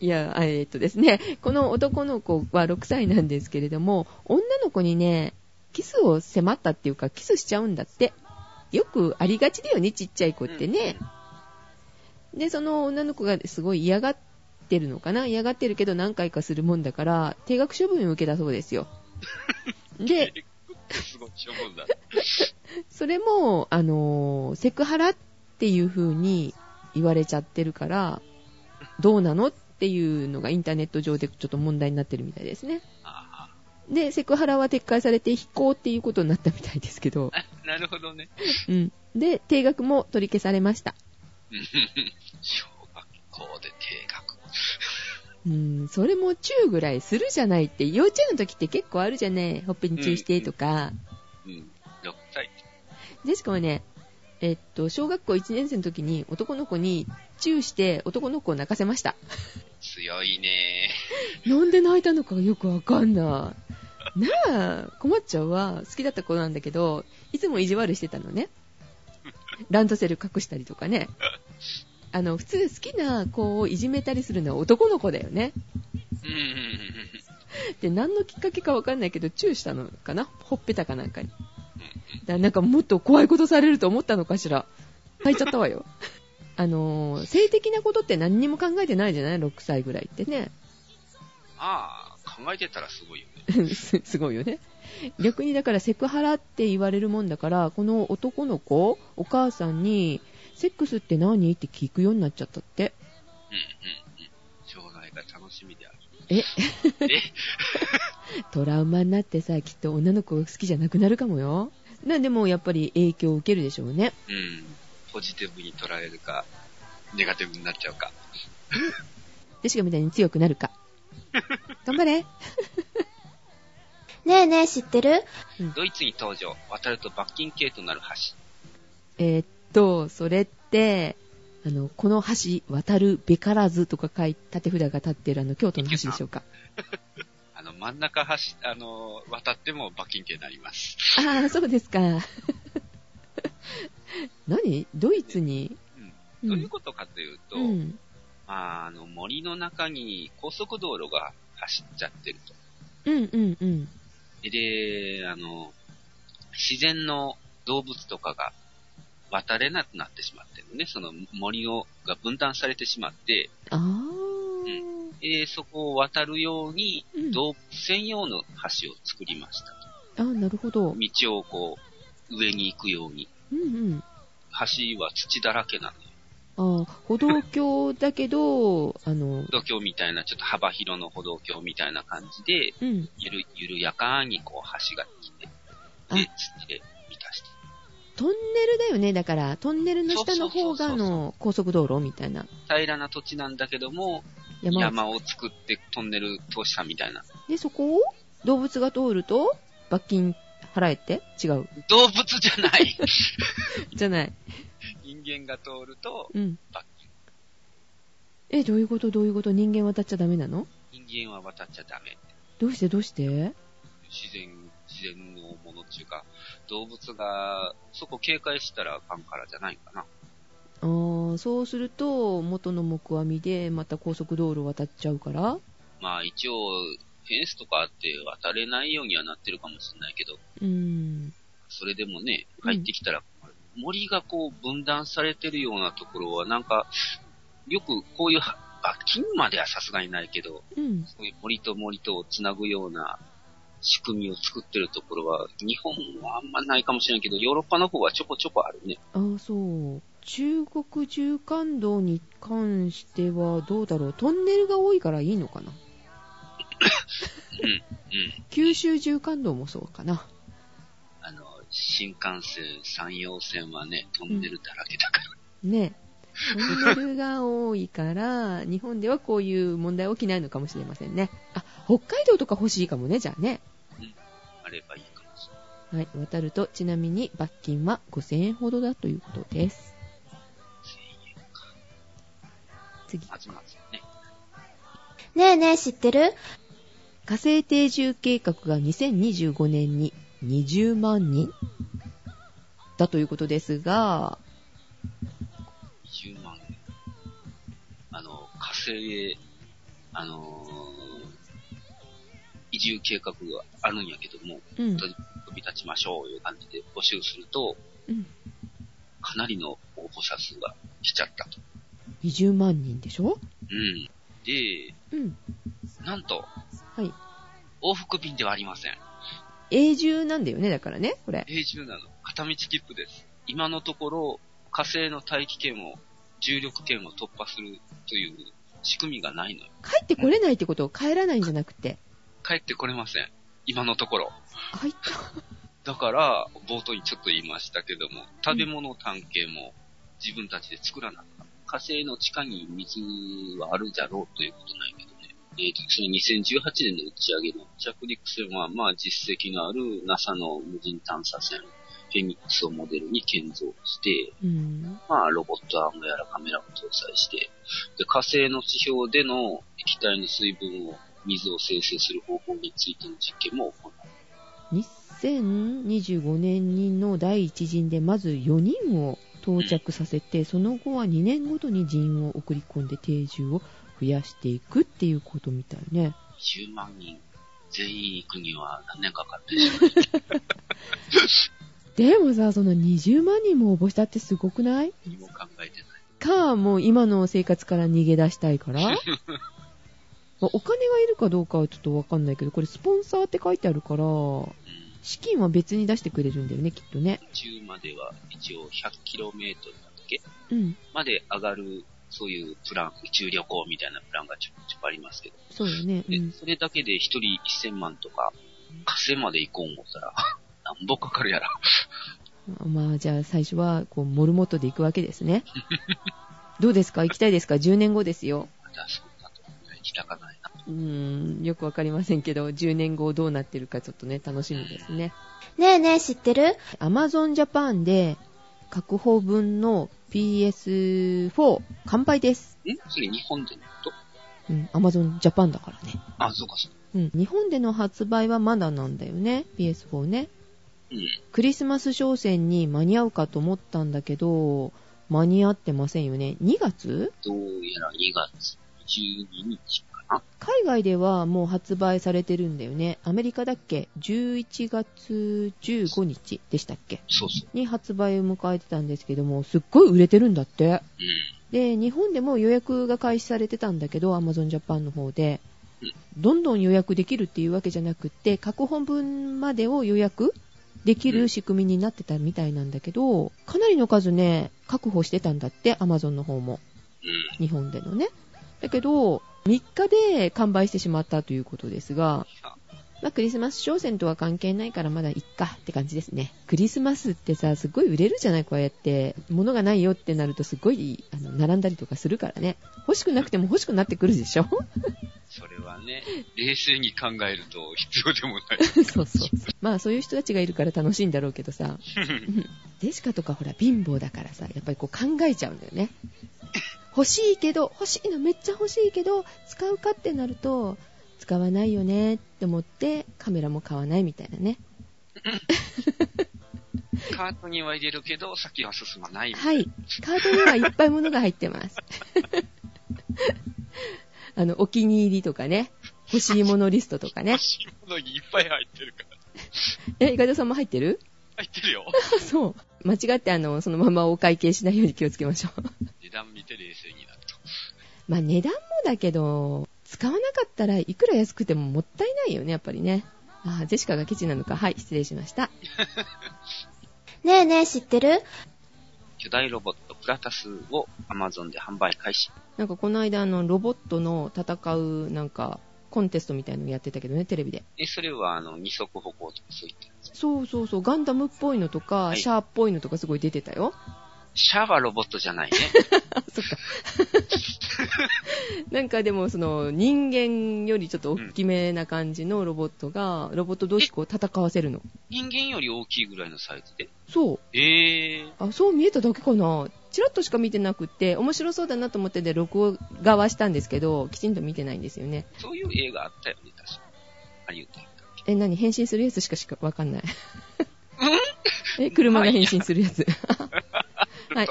[SPEAKER 1] いや、えーっとですね、この男の子は6歳なんですけれども、女の子にね、キスを迫ったっていうか、キスしちゃうんだって。よくありがちだよね、ちっちゃい子ってね。で、その女の子がすごい嫌がってるのかな嫌がってるけど何回かするもんだから、定額処分を受けたそうですよ。で、
[SPEAKER 5] すごい処分だ。
[SPEAKER 1] それも、あのーセクハラっていう風に言われちゃってるから、どうなのっていうのがインターネット上でちょっと問題になってるみたいですね。
[SPEAKER 5] あ
[SPEAKER 1] で、セクハラは撤回されて非行っていうことになったみたいですけ ど、
[SPEAKER 5] あ、なるほどね。
[SPEAKER 1] うん。で、定額も取り消されました。
[SPEAKER 5] うん小学校で定額。
[SPEAKER 1] うん、それもチューぐらいするじゃないって、幼稚園の時って結構あるじゃない。ほっぺにチューしてとか。
[SPEAKER 5] うん。6歳。
[SPEAKER 1] ジェシカはね、えっと、小学校1年生の時に男の子にチューして男の子を泣かせました。
[SPEAKER 5] 強いね
[SPEAKER 1] なんで泣いたのかよくわかんない。なあ、困っちゃうわ。好きだった子なんだけど、いつも意地悪してたのね。ランドセル隠したりとかね。あの、普通好きな子をいじめたりするのは男の子だよね。
[SPEAKER 5] うんうん
[SPEAKER 1] で、何のきっかけかわかんないけど、チューしたのかなほっぺたかなんかに。だからなんかもっと怖いことされると思ったのかしら。泣いちゃったわよ。あのー性的なことって何にも考えてないじゃない ?6 歳ぐらいってね。
[SPEAKER 5] ああ、考えてたらすごいよね。
[SPEAKER 1] す すごいよね。逆にだからセクハラって言われるもんだから、この男の子、お母さんに、セックスって何って聞くようになっちゃったって。
[SPEAKER 5] うんうんうん。将来が楽しみである。
[SPEAKER 1] トラウマになってさ、きっと女の子が好きじゃなくなるかもよ。なんでもうやっぱり影響を受けるでしょうね。
[SPEAKER 5] うん。ポジティブに捉えるか、ネガティブになっちゃうか。
[SPEAKER 1] でしかみたいに強くなるか。頑張れ。
[SPEAKER 4] ねえねえ知ってる
[SPEAKER 5] ドイツに登場、渡ると罰金刑となる橋。
[SPEAKER 1] えーっと、それって、あの、この橋渡るべからずとか書い、縦札が立ってるあの京都の橋でしょうか。
[SPEAKER 5] あの、真ん中橋、あの、渡っても罰金刑になります。
[SPEAKER 1] ああ、そう ですか。何ドイツに、
[SPEAKER 5] うん。どういうことかというと、
[SPEAKER 1] うん、
[SPEAKER 5] まあ、あの、森の中に高速道路が走っちゃってると。
[SPEAKER 1] うんうんうん。
[SPEAKER 5] で、あの、自然の動物とかが渡れなくなってしまってるね。その森をが分断されてしまって、
[SPEAKER 1] ああ、
[SPEAKER 5] えーそこを渡るように
[SPEAKER 1] うん
[SPEAKER 5] 動物専用の橋を作りました
[SPEAKER 1] あーなるほど
[SPEAKER 5] と。。道をこう、上に行くように。
[SPEAKER 1] うんうん。
[SPEAKER 5] 橋は土だらけなのよ。
[SPEAKER 1] ああ、歩道橋だけど、 あの、
[SPEAKER 5] 歩道橋みたいな、ちょっと幅広の歩道橋みたいな感じで、
[SPEAKER 1] うん。
[SPEAKER 5] ゆる、ゆるやかにこう橋が来て、で、土で満たして。
[SPEAKER 1] トンネルだよね。だから、トンネルの下の方が
[SPEAKER 5] そうそうそう
[SPEAKER 1] の高速道路みたいな。
[SPEAKER 5] 平らな土地なんだけども、
[SPEAKER 1] 山
[SPEAKER 5] 山を作ってトンネル通したみたいな。
[SPEAKER 1] で、そこを動物が通ると、罰金払えって違う。
[SPEAKER 5] 動物じゃない
[SPEAKER 1] じゃない。
[SPEAKER 5] 人間が通ると、
[SPEAKER 1] うん
[SPEAKER 5] 罰。
[SPEAKER 1] え、どういうことどういうこと人間渡っちゃダメなの
[SPEAKER 5] 人間は渡っちゃダメ。
[SPEAKER 1] どうしてどうして
[SPEAKER 5] 自然、自然のものっていうか、動物が、そこ警戒したらあかんからじゃないかな。
[SPEAKER 1] あーそうすると元の木阿弥でまた高速道路渡っちゃうから
[SPEAKER 5] まあ一応、フェンスとかあって渡れないようにはなってるかもしれないけど、
[SPEAKER 1] うーん
[SPEAKER 5] それでもね、
[SPEAKER 1] うん
[SPEAKER 5] 入ってきたら、森がこう分断されてるようなところはなんか、よくこういう、あ、金まではさすがにないけど、
[SPEAKER 1] うん
[SPEAKER 5] そういう森と森とをつなぐような仕組みを作ってるところは、日本はあんまないかもしれないけど、ヨーロッパの方はちょこちょこあるね。
[SPEAKER 1] あーそう中国縦貫道に関してはどうだろうトンネルが多いからいいのかな
[SPEAKER 5] うん。
[SPEAKER 1] 九州縦貫道もそうかな
[SPEAKER 5] あの、新幹線、山陽線はね、トンネルだらけだから。
[SPEAKER 1] ねトンネルが多いから日本ではこういう問題起きないのかもしれませんねあ北海道とか欲しいかもねじゃあね
[SPEAKER 5] あればいいかもしれない。
[SPEAKER 1] はい渡るとちなみに罰金は5000円ほどだということです次。
[SPEAKER 5] 集まってね。
[SPEAKER 4] ねえねえ知ってる
[SPEAKER 1] 火星定住計画が2025年に20万人だということですが、
[SPEAKER 5] 20万円。あの、火星へ、あのー移住計画があるんやけども、
[SPEAKER 1] うん。
[SPEAKER 5] 飛び立ちましょういう感じで募集すると、
[SPEAKER 1] うん
[SPEAKER 5] かなりの応募者数が来ちゃったと。
[SPEAKER 1] 20万人でしょ
[SPEAKER 5] うん。で、
[SPEAKER 1] うん。
[SPEAKER 5] なんと、
[SPEAKER 1] はい。
[SPEAKER 5] 往復便ではありません。
[SPEAKER 1] 永住なんだよね、だからね、これ。
[SPEAKER 5] 永住なの。片道切符です。今のところ、火星の大気圏を、重力圏を突破するという仕組みがないのよ。
[SPEAKER 1] 帰ってこれないってこと帰らないんじゃなくて。
[SPEAKER 5] 帰ってこれません。今のところ。
[SPEAKER 1] 入った。
[SPEAKER 5] だから、冒頭にちょっと言いましたけども、食べ物探検も自分たちで作らなかった。火星の地下に水はあるじゃろうということなんやけどね。えっ、と、その2018年の打ち上げの着陸船は、まあ実績のある NASA の無人探査船、フェニックスをモデルに建造して、
[SPEAKER 1] うん。
[SPEAKER 5] まあロボットアームやらカメラを搭載して、で火星の地表での液体の水分を、水を生成する方法についての実験も行う。
[SPEAKER 1] 2025年にの第一陣でまず4人を到着させて、その後は2年ごとに人員を送り込んで定住を増やしていくっていうことみたいね。
[SPEAKER 5] 10万人全員行くには何年かかってしまう。
[SPEAKER 1] でもさ、その20万人も応募したってすごくない
[SPEAKER 5] 何も考えてない。
[SPEAKER 1] か、もう今の生活から逃げ出したいから。 まあお金がいるかどうかはちょっとわかんないけど、これスポンサーって書いてあるから、
[SPEAKER 5] うん。
[SPEAKER 1] 資金は別に出してくれるんだよね、きっとね。
[SPEAKER 5] 宇宙までは一応 100km だっけ
[SPEAKER 1] うん。
[SPEAKER 5] まで上がる、そういうプラン、宇宙旅行みたいなプランがちょこちょこありますけど。
[SPEAKER 1] そうだね。う
[SPEAKER 5] で
[SPEAKER 1] ん。
[SPEAKER 5] それだけで1人1000万とか、火星まで行こう思ったら、なんぼかかるやら。
[SPEAKER 1] まあ、じゃあ最初は、こう、モルモットで行くわけですね。どうですか行きたいですか ?10 年後ですよ。
[SPEAKER 5] またそんなとこには行きたかないな。
[SPEAKER 1] うーん、よくわかりませんけど、10年後どうなってるかちょっとね、楽しみですね。
[SPEAKER 4] ねえねえ知ってる
[SPEAKER 1] Amazon Japan で、確保分の PS4 完売です。
[SPEAKER 5] んそれ日本でのこと
[SPEAKER 1] うん、Amazon Japan だからね。
[SPEAKER 5] あ、そうかそうか。
[SPEAKER 1] うん、日本での発売はまだなんだよね、PS4 ね。
[SPEAKER 5] うん。
[SPEAKER 1] クリスマス商戦に間に合うかと思ったんだけど、間に合ってませんよね。2月
[SPEAKER 5] どうやら2月12日かな。
[SPEAKER 1] 海外ではもう発売されてるんだよね。アメリカだっけ ?11 月15日でしたっけ
[SPEAKER 5] そうそう。
[SPEAKER 1] に発売を迎えてたんですけども、すっごい売れてるんだって。
[SPEAKER 5] うん。
[SPEAKER 1] で、日本でも予約が開始されてたんだけど、Amazon Japan の方で
[SPEAKER 5] うん、
[SPEAKER 1] どんどん予約できるっていうわけじゃなくって、各本分までを予約できる仕組みになってたみたいなんだけど、かなりの数ね、確保してたんだって、Amazon の方も、
[SPEAKER 5] うん。
[SPEAKER 1] 日本でのね。だけど、3日で完売してしまったということですが、まあ、クリスマス商戦とは関係ないからまだいっかって感じですね。クリスマスってさ、すごい売れるじゃないこうやって。物がないよってなるとすごい、あの、並んだりとかするからね。欲しくなくても欲しくなってくるでしょ
[SPEAKER 5] それはね、冷静に考えると必要で もない。
[SPEAKER 1] そうそうそう。まあそういう人たちがいるから楽しいんだろうけどさ。デシカとかほら貧乏だからさ、やっぱりこう考えちゃうんだよね。欲しいけど、欲しいのめっちゃ欲しいけど、使うかってなると、使わないよねって思ってカメラも買わないみたいなね。
[SPEAKER 5] カートには入れるけど、先は進まない。
[SPEAKER 1] はい。カートにはいっぱい物が入ってます。 あの、お気に入りとかね。欲しいものリストとかね
[SPEAKER 5] 欲。しいものにいっぱい入ってるから。
[SPEAKER 1] え、ガドさんも入ってる
[SPEAKER 5] 入ってる よ。
[SPEAKER 1] そう。間違ってあの、そのままお会計しないように気をつけましょう。
[SPEAKER 5] 値段見て冷静になると。
[SPEAKER 1] まあ値段もだけど、使わなかったらいくら安くてももったいないよね、やっぱりね。あー、ジェシカがケチなのか。はい、失礼しました。
[SPEAKER 4] ねえねえ知ってる
[SPEAKER 5] 巨大ロボットプラタスを Amazon で販売開始。
[SPEAKER 1] なんかこの間あの、ロボットの戦うなんか、コンテストみたいのやってたけどね、テレビで。
[SPEAKER 5] え、それはあの、二足歩行とかそういったやつ。
[SPEAKER 1] そうそうそう、ガンダムっぽいのとか、
[SPEAKER 5] はい
[SPEAKER 1] シャアっぽいのとかすごい出てたよ。
[SPEAKER 5] シャワーロボットじゃないね。
[SPEAKER 1] あ、そっか。 なんかでも、その、人間よりちょっと大きめな感じのロボットが、ロボット同士こう戦わせるの。
[SPEAKER 5] 人間より大きいぐらいのサイズで。
[SPEAKER 1] そう。
[SPEAKER 5] えー、
[SPEAKER 1] あ、そう見えただけかな。チラッとしか見てなくって、面白そうだなと思ってで、録画はしたんですけど、きちんと見てないんですよね。
[SPEAKER 5] そういう映画あったよね、確か。ハリウッドだったっけ
[SPEAKER 1] え、何変身するやつしかしかわかんない。 え、車が変身する やつ。はい。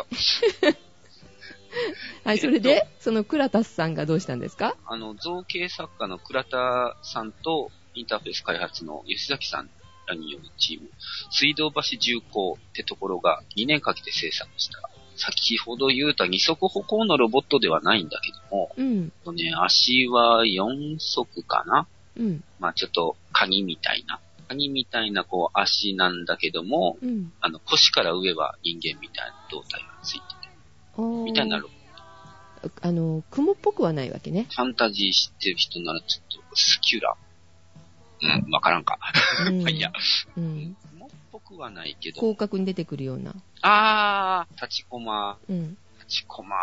[SPEAKER 1] はい、それで、その倉田さんがどうしたんですか
[SPEAKER 5] あの、造形作家の倉田さんと、インターフェース開発の吉崎さんらによるチーム、水道橋重工ってところが2年かけて制作した。先ほど言うた二足歩行のロボットではないんだけども、
[SPEAKER 1] うん、
[SPEAKER 5] えっとね、足は4足かな
[SPEAKER 1] うん、
[SPEAKER 5] まあちょっとカニみたいな。カニみたいなこう足なんだけども、
[SPEAKER 1] うん。
[SPEAKER 5] あの腰から上は人間みたいな胴体がついてて、
[SPEAKER 1] おー
[SPEAKER 5] みたいなロボット
[SPEAKER 1] あの、雲っぽくはないわけね。
[SPEAKER 5] ファンタジー知ってる人ならちょっと、スキュラ。うん、わからんか。
[SPEAKER 1] うん
[SPEAKER 5] まあ いいや。
[SPEAKER 1] うん。
[SPEAKER 5] もっぽくはないけど。
[SPEAKER 1] 広角に出てくるような。
[SPEAKER 5] あー、立ちコマ、
[SPEAKER 1] うん。
[SPEAKER 5] 立ちコマ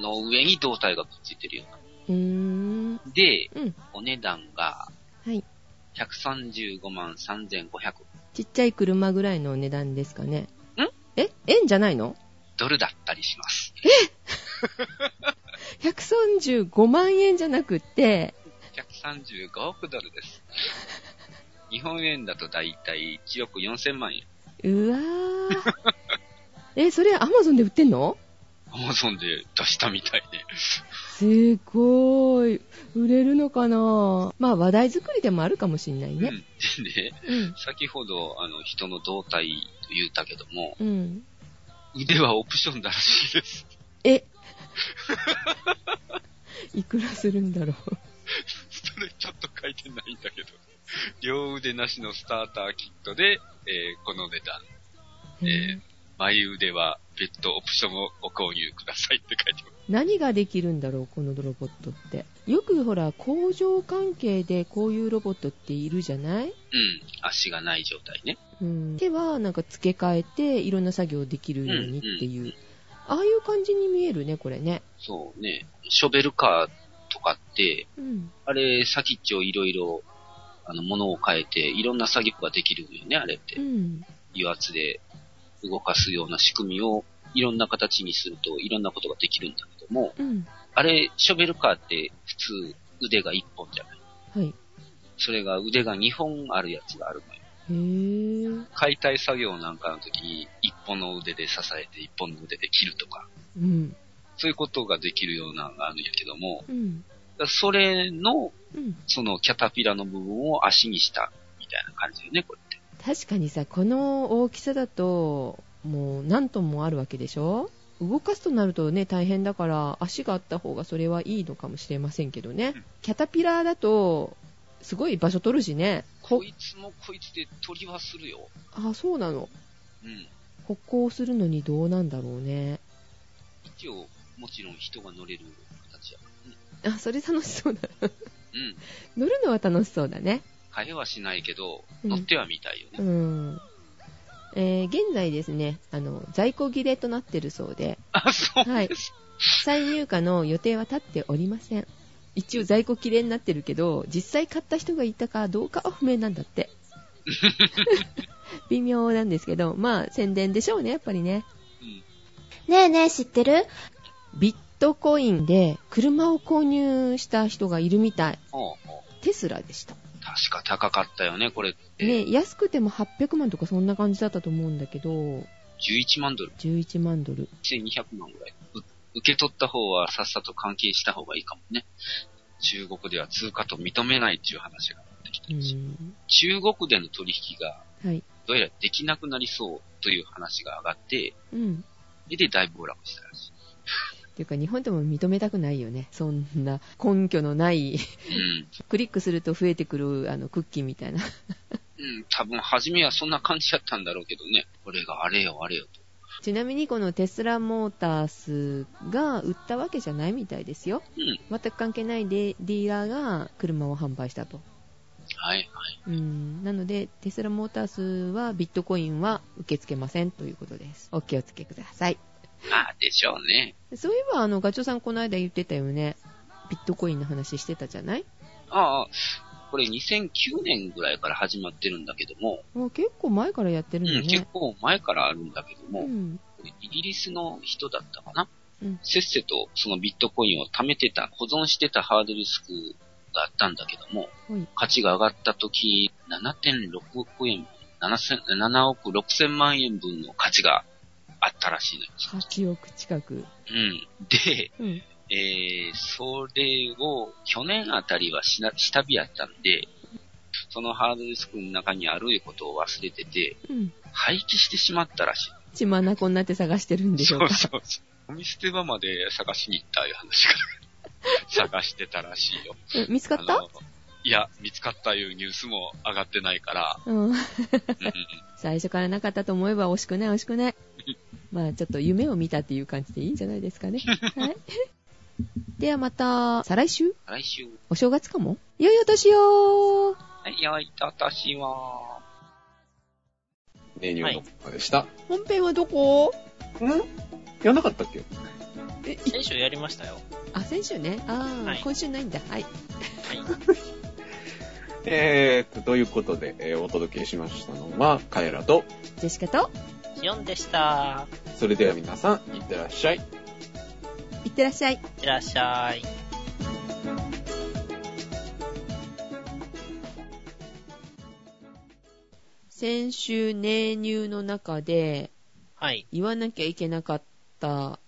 [SPEAKER 5] の上に胴体がくっついてるような。
[SPEAKER 1] うーん。
[SPEAKER 5] で、
[SPEAKER 1] うん
[SPEAKER 5] お値段が、
[SPEAKER 1] はい。
[SPEAKER 5] 135万3500
[SPEAKER 1] ちっちゃい車ぐらいの値段ですかね。
[SPEAKER 5] ん
[SPEAKER 1] え円じゃないの
[SPEAKER 5] ドルだったりします。
[SPEAKER 1] ?135 万円じゃなくって、
[SPEAKER 5] 135億ドル です。日本円だとだいたい1億4000万円。
[SPEAKER 1] うわ ー。え、それアマゾンで売ってんの
[SPEAKER 5] アマゾンで出したみたいで。
[SPEAKER 1] すごい。売れるのかなまあ話題作りでもあるかもしんない
[SPEAKER 5] うん。で
[SPEAKER 1] ね。
[SPEAKER 5] ね、先ほど、あの、人の胴体と言ったけども、
[SPEAKER 1] うん。うん。
[SPEAKER 5] 腕はオプションだらしいです。
[SPEAKER 1] えいくらするんだろう。
[SPEAKER 5] それちょっと書いてないんだけど。両腕なしのスターターキットで、えーこの値段。えー前腕は別途オプションをご購入くださいって書いてます。
[SPEAKER 1] 何ができるんだろうこのロボットってよくほら工場関係でこういうロボットっているじゃない、
[SPEAKER 5] うん。足がない状態ね。
[SPEAKER 1] うん、手はなんか付け替えていろんな作業できるようにっていう、ああいう感じに見えるねこれね
[SPEAKER 5] そうね。ショベルカーとかって、
[SPEAKER 1] うん
[SPEAKER 5] あれ、先っちょいろいろ、あの、物を変えて、いろんな作業ができるよね、あれって
[SPEAKER 1] う。ん
[SPEAKER 5] 油圧で動かすような仕組みを、いろんな形にすると、いろんなことができるんだけども、
[SPEAKER 1] うん
[SPEAKER 5] あれ、ショベルカーって普通腕が1本じゃない。
[SPEAKER 1] はい
[SPEAKER 5] それが腕が2本あるやつがあるのよ。
[SPEAKER 1] へー
[SPEAKER 5] 解体作業なんかの時に1本の腕で支えて1本の腕で切るとか、
[SPEAKER 1] うん
[SPEAKER 5] そういうことができるようなのがあるんやけども、
[SPEAKER 1] うん
[SPEAKER 5] それの、
[SPEAKER 1] うん
[SPEAKER 5] そのキャタピラの部分を足にしたみたいな感じだよね、これって。
[SPEAKER 1] 確かにさこの大きさだともう何トンもあるわけでしょ動かすとなるとね大変だから足があった方がそれはいいのかもしれませんけどね
[SPEAKER 5] うん
[SPEAKER 1] キャタピラーだとすごい場所取るしね
[SPEAKER 5] こいつもこいつで取りはするよ。
[SPEAKER 1] あそうなの
[SPEAKER 5] うん。
[SPEAKER 1] 歩行するのにどうなんだろうね
[SPEAKER 5] 一応、もちろん人が乗れる形や。
[SPEAKER 1] あそれ楽しそうだ
[SPEAKER 5] うん。
[SPEAKER 1] 乗るのは楽しそうだね
[SPEAKER 5] 変えはしないけど、
[SPEAKER 1] うん
[SPEAKER 5] 乗ってはみたいよね。
[SPEAKER 1] うんえー現在ですねあの在庫切れとなってるそうで
[SPEAKER 5] あ、そう
[SPEAKER 1] はい。再入荷の予定は立っておりません。一応在庫切れになってるけど、実際買った人がいたかどうかは不明なんだって。微妙なんですけど、まあ宣伝でしょうね、やっぱりね。
[SPEAKER 5] うん。
[SPEAKER 4] ねえねえ知ってる
[SPEAKER 1] ビットコインで車を購入した人がいるみたい。
[SPEAKER 5] おうおう
[SPEAKER 1] テスラでした。
[SPEAKER 5] 確か高かったよね、これって。
[SPEAKER 1] ね、安くても800万とかそんな感じだったと思うんだけど、
[SPEAKER 5] 11万ドル、
[SPEAKER 1] 11万ドル。
[SPEAKER 5] 1200万ぐらい。う受け取った方はさっさと換金した方がいいかもね。中国では通貨と認めないっていう話が出てきて
[SPEAKER 1] う
[SPEAKER 5] るし、
[SPEAKER 1] ん。
[SPEAKER 5] 中国での取引が
[SPEAKER 1] はい。
[SPEAKER 5] どうやらできなくなりそうという話が上がって、
[SPEAKER 1] うん。
[SPEAKER 5] それで大暴落したらし
[SPEAKER 1] っていうか日本でも認めたくないよね。そんな根拠のない
[SPEAKER 5] い。
[SPEAKER 1] クリックすると増えてくるあのクッキーみたい な。
[SPEAKER 5] うん。うん、多分初めはそんな感じだったんだろうけどね。これがあれよあれよと。
[SPEAKER 1] ちなみにこのテスラモータースが売ったわけじゃないみたいですよ。
[SPEAKER 5] うん
[SPEAKER 1] 全く関係ないデディーラーが車を販売したと。
[SPEAKER 5] はいはい。
[SPEAKER 1] うんなので、テスラモータースはビットコインは受け付けませんということです。お気をつけください。
[SPEAKER 5] ああ、でしょうね。
[SPEAKER 1] そういえば、あの、ガチョウさんこの間言ってたよね。ビットコインの話してたじゃない
[SPEAKER 5] ああ、これ2009年ぐらいから始まってるんだけども、
[SPEAKER 1] もう結構前からやってる
[SPEAKER 5] うんん、
[SPEAKER 1] だ
[SPEAKER 5] 結
[SPEAKER 1] ね。
[SPEAKER 5] 構前からあるんだけども、
[SPEAKER 1] うん。
[SPEAKER 5] イギリスの人だったかな、
[SPEAKER 1] うん
[SPEAKER 5] せっせとそのビットコインを貯めてた、保存してたハードディスクがあったんだけども、
[SPEAKER 1] はい
[SPEAKER 5] 価値が上がった時、7.6億円、7000 7億6千万円分の価値があったらしいのよ。
[SPEAKER 1] 8億近く。
[SPEAKER 5] うん。で、
[SPEAKER 1] うん。
[SPEAKER 5] えー、それを去年あたりはしな下火やったんで、そのハードディスクの中にあるいことを忘れてて、
[SPEAKER 1] うん。
[SPEAKER 5] 廃棄してしまったらしい。
[SPEAKER 1] 血まなこになって探してるんでし
[SPEAKER 5] そ
[SPEAKER 1] ょう
[SPEAKER 5] う
[SPEAKER 1] か。
[SPEAKER 5] そうそう。ゴミ捨て場まで探しに行ったいう 話が探してたらしいよ。
[SPEAKER 1] え見つかっ
[SPEAKER 5] あ
[SPEAKER 1] た
[SPEAKER 5] のいや、見つかったいうニュースも上がってないから、
[SPEAKER 1] うん。
[SPEAKER 5] うん
[SPEAKER 1] 最初からなかったと思えば惜しくない惜しく ない。まあちょっと夢を見たっていう感じでいいんじゃないですか ね。はい。ではまた、再来週
[SPEAKER 5] 来週、
[SPEAKER 1] お正月かも良いお年を
[SPEAKER 5] はい、やいた私は、
[SPEAKER 2] メニューのコーナーでした。
[SPEAKER 1] 本編はどこ
[SPEAKER 2] んやんなかったっけ
[SPEAKER 1] え、い
[SPEAKER 3] 先週やりましたよ。
[SPEAKER 1] あ、先週ね。ああ、
[SPEAKER 3] はい
[SPEAKER 1] 今週ないんだ。はい。
[SPEAKER 3] はい。
[SPEAKER 2] えー、と、ということで、えーお届けしましたのは、カエラと、
[SPEAKER 1] ジェシカと、
[SPEAKER 3] キヨンでした。
[SPEAKER 2] それでは皆さん、いってらっしゃい。
[SPEAKER 1] いってらっしゃい。
[SPEAKER 3] いってらっしゃい。
[SPEAKER 1] 先週、ネ入の中で、
[SPEAKER 3] はい。
[SPEAKER 1] 言わなきゃいけなかった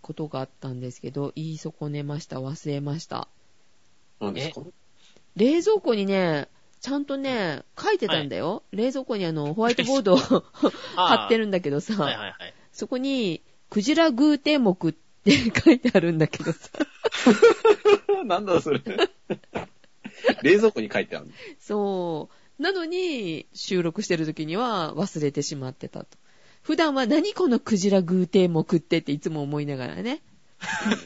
[SPEAKER 1] ことがあったんですけど、言い損ねました。忘れました。
[SPEAKER 2] 何ですか
[SPEAKER 1] 冷蔵庫にね、ちゃんとね、書いてたんだよ。冷蔵庫にあの、ホワイトボードを 貼って
[SPEAKER 3] る。
[SPEAKER 1] るんだけどさ、
[SPEAKER 3] はいはいはい。
[SPEAKER 1] そこに、クジラ偶天目って書いてあるんだけど さ、
[SPEAKER 2] なんだそれ。冷蔵庫に書いてあるの
[SPEAKER 1] そう。なのに、収録してる時には忘れてしまってたと。普段は何このクジラ偶天目ってっていつも思いながら ね、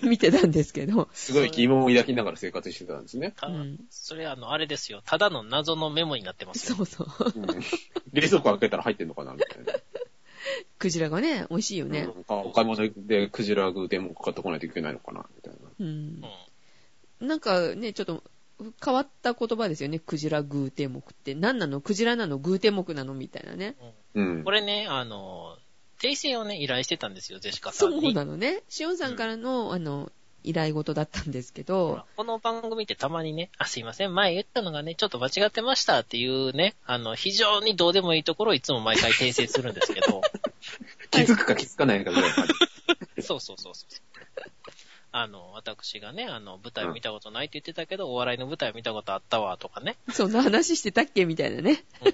[SPEAKER 1] 見てたんですけど、
[SPEAKER 2] すごい疑問を抱きながら生活してたんですね。
[SPEAKER 3] た
[SPEAKER 1] うん
[SPEAKER 3] それあの、あれですよ。ただの謎のメモになってますよ。
[SPEAKER 1] そうそう。
[SPEAKER 2] うん冷蔵庫開けたら入ってんのかなみたいな。
[SPEAKER 1] クジラがね、美味しいよね。
[SPEAKER 2] うんお買い物でクジラグでも買ってこないといけないのかなみたいな。
[SPEAKER 1] うん
[SPEAKER 3] うん。
[SPEAKER 1] なんかね、ちょっと変わった言葉ですよね。クジラ偶天目って。何なのクジラなの偶天目なのみたいなね。
[SPEAKER 2] うん
[SPEAKER 3] こ。れね、あの、訂正をね、依頼してたんですよ、ジェシカさ
[SPEAKER 1] そ
[SPEAKER 3] んに。
[SPEAKER 1] うなのね。しおんさんからの、あの、依頼事だったんですけ
[SPEAKER 3] ほ
[SPEAKER 1] ど
[SPEAKER 3] ら、この番組ってたまにね、あ、すいません、前言ったのがね、ちょっと間違ってましたっていうね、あの、非常にどうでもいいところをいつも毎回訂正するんです けど、
[SPEAKER 2] 気づくか気づかないかぐらいの感 じ。
[SPEAKER 3] そうそうそうそう。あの、私がね、あの、舞台を見たことないって言ってたけど、お笑いの舞台を見たことあったわ、とかね。
[SPEAKER 1] そんな話してたっけみたいなね。
[SPEAKER 3] うん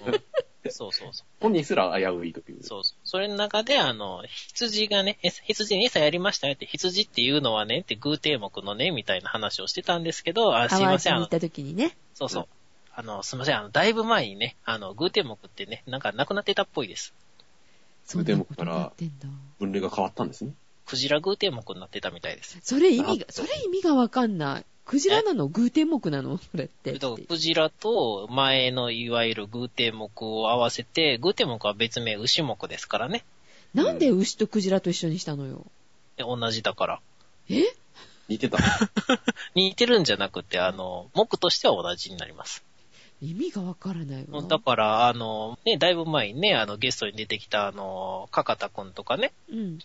[SPEAKER 3] そうそうそう。
[SPEAKER 2] 本人すら危ういという。
[SPEAKER 3] そうそう。それの中で、あの、羊がね、え羊に餌やりましたよって、羊っていうのはね、って、偶定目のね、みたいな話をしてたんですけど、あ、すい
[SPEAKER 1] 淡
[SPEAKER 3] ま
[SPEAKER 1] 路
[SPEAKER 3] せ
[SPEAKER 1] に
[SPEAKER 3] ん、あ
[SPEAKER 1] 行っ
[SPEAKER 3] の、
[SPEAKER 1] た時にね。
[SPEAKER 3] そうそう。あの、すいません、あの、だいぶ前にね、あの、偶定目ってね、なんかなくなってたっぽいです。
[SPEAKER 1] そんなことになってんだ。
[SPEAKER 2] 分類が変わったんですね。
[SPEAKER 3] クジラ偶定目になってたみたいです。
[SPEAKER 1] それ意味が、それ意味がわかんない。クジラなの偶天目なのこれって。
[SPEAKER 3] だからクジラと前のいわゆる偶定目を合わせて、偶定目は別名牛目ですからね。
[SPEAKER 1] なんで牛とクジラと一緒にしたのよ。
[SPEAKER 3] で同じだから。
[SPEAKER 1] え
[SPEAKER 2] 似 てた。
[SPEAKER 3] 似てるんじゃなくて、あの、目としては同じになります。
[SPEAKER 1] 意味がわからない
[SPEAKER 3] も
[SPEAKER 1] わ
[SPEAKER 3] う。だから、あの、ね、だいぶ前にね、あの、ゲストに出てきた、あの、かかたくんとかね、
[SPEAKER 1] うん。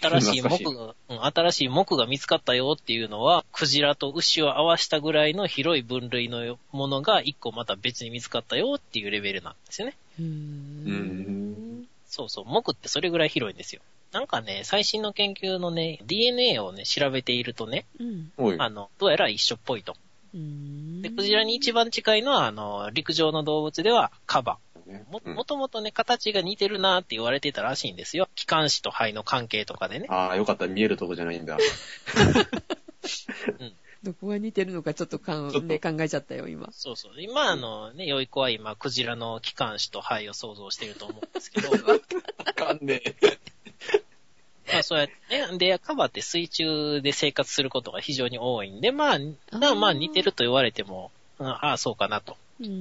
[SPEAKER 3] 新しい
[SPEAKER 2] 懐か
[SPEAKER 3] 木
[SPEAKER 2] しい
[SPEAKER 3] が、うん新しい木が見つかったよっていうのは、クジラと牛を合わしたぐらいの広い分類のものが一個また別に見つかったよっていうレベルなんですよね。
[SPEAKER 1] うー。
[SPEAKER 2] うんん。
[SPEAKER 3] そうそう、木ってそれぐらい広いんですよ。なんかね、最新の研究のね、DNA をね、調べているとね、
[SPEAKER 1] うん。
[SPEAKER 2] おい。
[SPEAKER 3] あの、どうやら一緒っぽいと。
[SPEAKER 1] うーん
[SPEAKER 3] で、クジラに一番近いのは、あの、陸上の動物ではカバ。も、
[SPEAKER 2] うん
[SPEAKER 3] もともとね、形が似てるなって言われてたらしいんですよ。気管支と肺の関係とかでね。
[SPEAKER 2] ああ、よかった。見えるとこじゃないんだ。
[SPEAKER 1] どこが似てるのかちょっとかん
[SPEAKER 2] ちょっと
[SPEAKER 1] ね、考えちゃったよ、今。
[SPEAKER 3] そうそう。今、あの、ね、良い子は今、クジラの気管支と肺を想像してると思うんですけど、
[SPEAKER 2] あかんねえ。
[SPEAKER 3] まあそうやってね、で、カバって水中で生活することが非常に多いんで、まあ、まあまあ似てると言われても、うんああ、そうかなと。
[SPEAKER 1] う
[SPEAKER 2] うん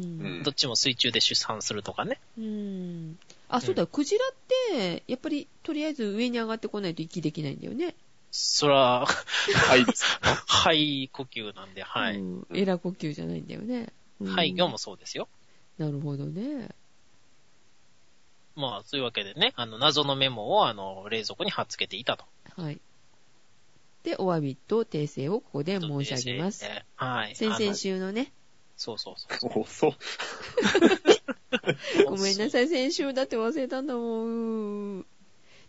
[SPEAKER 1] ん。
[SPEAKER 3] どっちも水中で出産するとかね。
[SPEAKER 1] うん。あ、そうだ、クジラって、やっぱり、とりあえず上に上がってこないと息できないんだよね。
[SPEAKER 3] そら、
[SPEAKER 2] はい。
[SPEAKER 3] 肺呼吸なんで、は
[SPEAKER 1] う
[SPEAKER 3] い。
[SPEAKER 1] んエラ呼吸じゃないんだよね。うん
[SPEAKER 3] 肺魚もそうですよ。
[SPEAKER 1] なるほどね。
[SPEAKER 3] まあ、そういうわけでね、あの、謎のメモを、あの、冷蔵庫に貼っつけていたと。
[SPEAKER 1] はい。で、お詫びと訂正をここで申し上げます。
[SPEAKER 3] えー。はい。
[SPEAKER 1] 先
[SPEAKER 3] あ
[SPEAKER 1] 々
[SPEAKER 3] の
[SPEAKER 1] 週のね、
[SPEAKER 3] そうそうそう。
[SPEAKER 2] おそう。
[SPEAKER 1] ごめんなさい、先週だって忘れたんだもん。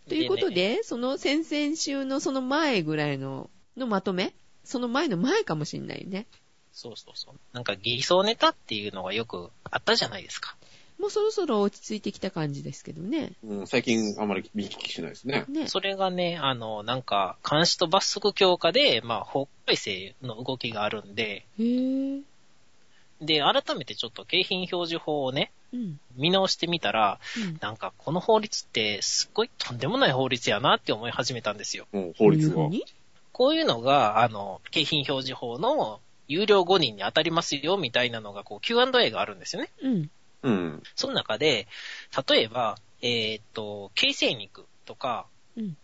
[SPEAKER 1] ということで、
[SPEAKER 3] ね
[SPEAKER 1] その先々週のその前ぐらいの、のまとめその前の前かもしんないね。
[SPEAKER 3] そうそうそう。なんか偽装ネタっていうのがよくあったじゃないですか。
[SPEAKER 1] もうそろそろ落ち着いてきた感じですけどね。
[SPEAKER 2] うん、最近あんまり見聞きしないですね。
[SPEAKER 1] ね。
[SPEAKER 3] それがね、あの、なんか、監視と罰則強化で、まあ、法改正の動きがあるんで、
[SPEAKER 1] へぇー。
[SPEAKER 3] で、改めてちょっと景品表示法をね、
[SPEAKER 1] うん。
[SPEAKER 3] 見直してみたら、
[SPEAKER 1] うん
[SPEAKER 3] なんか、この法律って、すっごいとんでもない法律やなって思い始めたんですよ。
[SPEAKER 2] もう法律
[SPEAKER 1] どういうふう。
[SPEAKER 2] が
[SPEAKER 1] に
[SPEAKER 3] こういうのが、あの、景品表示法の有料5人に当たりますよ、みたいなのが、こう、Q&A があるんですよね。
[SPEAKER 1] うん。
[SPEAKER 2] うん。
[SPEAKER 3] その中で、例えば、えーっと、形成肉とか、
[SPEAKER 2] うん。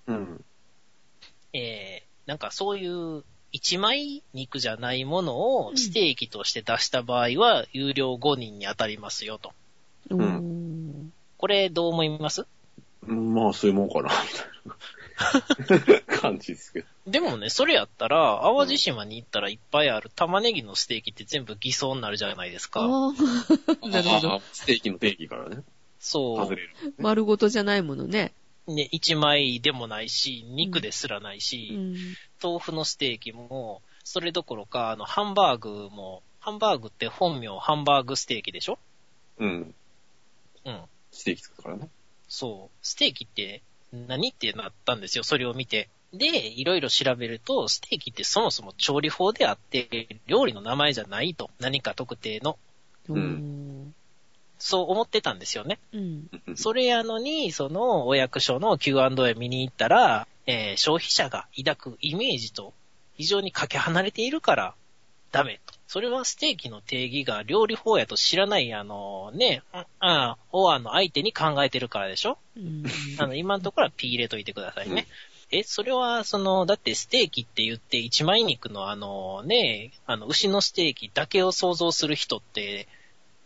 [SPEAKER 3] えー、なんかそういう、一枚肉じゃないもの
[SPEAKER 1] う
[SPEAKER 3] を
[SPEAKER 1] ん
[SPEAKER 3] ステーキとして出した場合は、有料5人に当たりますよと。
[SPEAKER 1] お
[SPEAKER 2] ん
[SPEAKER 1] ー
[SPEAKER 3] これどう思います
[SPEAKER 2] うんまあ、そういうもんかな、みたいな感じですけど。
[SPEAKER 3] でもね、それやったら、淡路島に行ったらいっぱいある玉ねぎのステーキって全部偽装になるじゃないですか。
[SPEAKER 1] あー なるほど
[SPEAKER 2] あ。ステーキの定義からね、
[SPEAKER 3] そ
[SPEAKER 2] 外れる。
[SPEAKER 1] 丸ごとじゃないものね。
[SPEAKER 3] う。ね、一枚でもないし、肉ですらないうし、
[SPEAKER 1] ん。
[SPEAKER 3] 豆腐のステーキも、それどころか、あの、ハンバーグも、ハンバーグって本名ハンバーグステーキでしょ
[SPEAKER 2] うん。
[SPEAKER 3] うん。
[SPEAKER 2] ステーキつくからね。
[SPEAKER 3] そう、ステーキって何ってなったんですよ、それを見て。で、いろいろ調べると、ステーキってそもそも調理法であって、料理の名前じゃないと、何か特定の。
[SPEAKER 1] おー
[SPEAKER 3] そう思ってたんですよね。
[SPEAKER 1] うん。
[SPEAKER 2] うん
[SPEAKER 3] それやのに、そのお役所の Q&A 見に行ったら、えー消費者が抱くイメージと非常にかけ離れているから、ダメと。それはステーキの定義が料理法やと知らない、あのね、うんあーオアの相手に考えてるからでしょ
[SPEAKER 1] うん。
[SPEAKER 3] あの、今のところは P 入れといてくださいね。え、それは、その、だってステーキって言って一枚肉のあのね、あの、牛のステーキだけを想像する人って、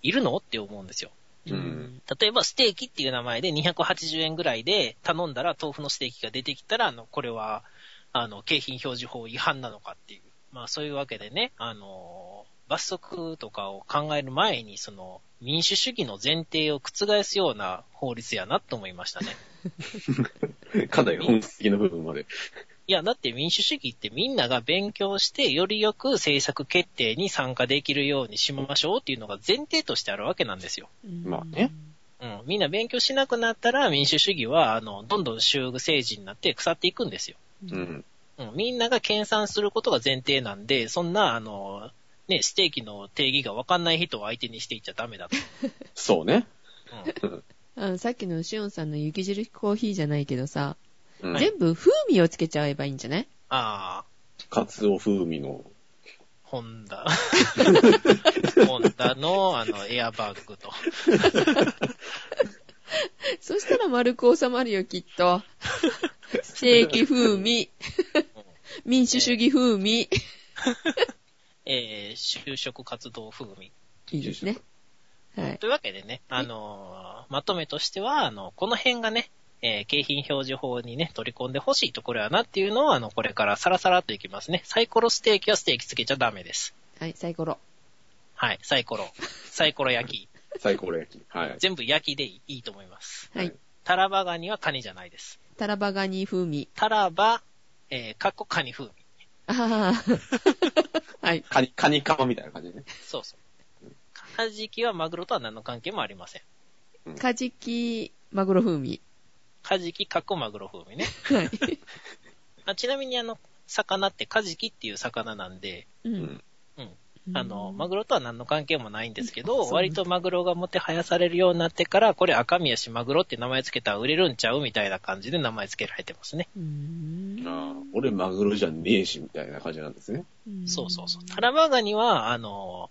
[SPEAKER 3] いるのって思うんですよ。
[SPEAKER 2] うん
[SPEAKER 3] 例えば、ステーキっていう名前で280円ぐらいで頼んだら豆腐のステーキが出てきたら、あの、これは、あの、景品表示法違反なのかっていう。まあ、そういうわけでね、あの、罰則とかを考える前に、その、民主主義の前提を覆すような法律やなと思いました ね。
[SPEAKER 2] かなり本質的な部分まで。
[SPEAKER 3] いや、だって民主主義ってみんなが勉強して、よりよく政策決定に参加できるようにしましょうっていうのが前提としてあるわけなんですよ。
[SPEAKER 1] うん
[SPEAKER 2] まあね。
[SPEAKER 3] うん。みんな勉強しなくなったら民主主義は、あの、どんどん州政治になって腐っていくんですよ。
[SPEAKER 1] う
[SPEAKER 2] う
[SPEAKER 1] ん
[SPEAKER 2] ん。
[SPEAKER 3] うん。みんなが研鑽することが前提なんで、そんな、あの、ね、ステーキの定義がわかんない人を相手にしていっちゃダメだと。
[SPEAKER 2] そうね。
[SPEAKER 3] うん。
[SPEAKER 1] あの、さっきのシオンさんの雪印コーヒーじゃないけどさ、
[SPEAKER 2] うん。
[SPEAKER 1] 全部風味をつけちゃえばいいんじゃない
[SPEAKER 3] ああ、
[SPEAKER 2] カツオ風味の、
[SPEAKER 3] ホンダ。ホンダの、あの、エアバッグと。
[SPEAKER 1] そしたら丸く収まるよ、きっと。ステーキ風味。 民主主義風味。
[SPEAKER 3] えー、就職活動風味。
[SPEAKER 1] いいですね。はい。
[SPEAKER 3] というわけでね、あのーまとめとしては、あの、この辺がね、えー景品表示法にね、取り込んでほしいところやなっていうのを、あの、これからサラサラといきますね。サイコロステーキはステーキつけちゃダメです。
[SPEAKER 1] はい、サイコロ。
[SPEAKER 3] はい、サイコロ。サイコロ焼き。
[SPEAKER 2] 最高焼き。はい。
[SPEAKER 3] 全部焼きでいいいいと思います。
[SPEAKER 1] はい。
[SPEAKER 3] タラバガニはカニじゃないです。
[SPEAKER 1] タラバガニ風味。
[SPEAKER 3] タラバ、えー、カッコカニ風味。
[SPEAKER 1] ああ。はい。
[SPEAKER 2] カニ、カニカマみたいな感じね。
[SPEAKER 3] そうそう。カジキはマグロとは何の関係もありません。
[SPEAKER 1] カジキ、マグロ風味。
[SPEAKER 3] カジキ、カッコマグロ風味ね。
[SPEAKER 1] はい。
[SPEAKER 3] あちなみにあの、魚ってカジキっていう魚なんで、
[SPEAKER 1] う
[SPEAKER 2] うんん。。
[SPEAKER 3] あの、マグロとは何の関係もないんですけ
[SPEAKER 1] うん
[SPEAKER 3] ど、
[SPEAKER 1] そう
[SPEAKER 3] 割とマグロがもてはやされるようになってから、これ赤宮市マグロって名前つけたら売れるんちゃうみたいな感じで名前つけられてますね。
[SPEAKER 1] うーん。
[SPEAKER 2] ああ、俺マグロじゃねえし、みたいな感じなんですね。
[SPEAKER 1] ん
[SPEAKER 3] そうそうそう。タラバガニは、あの、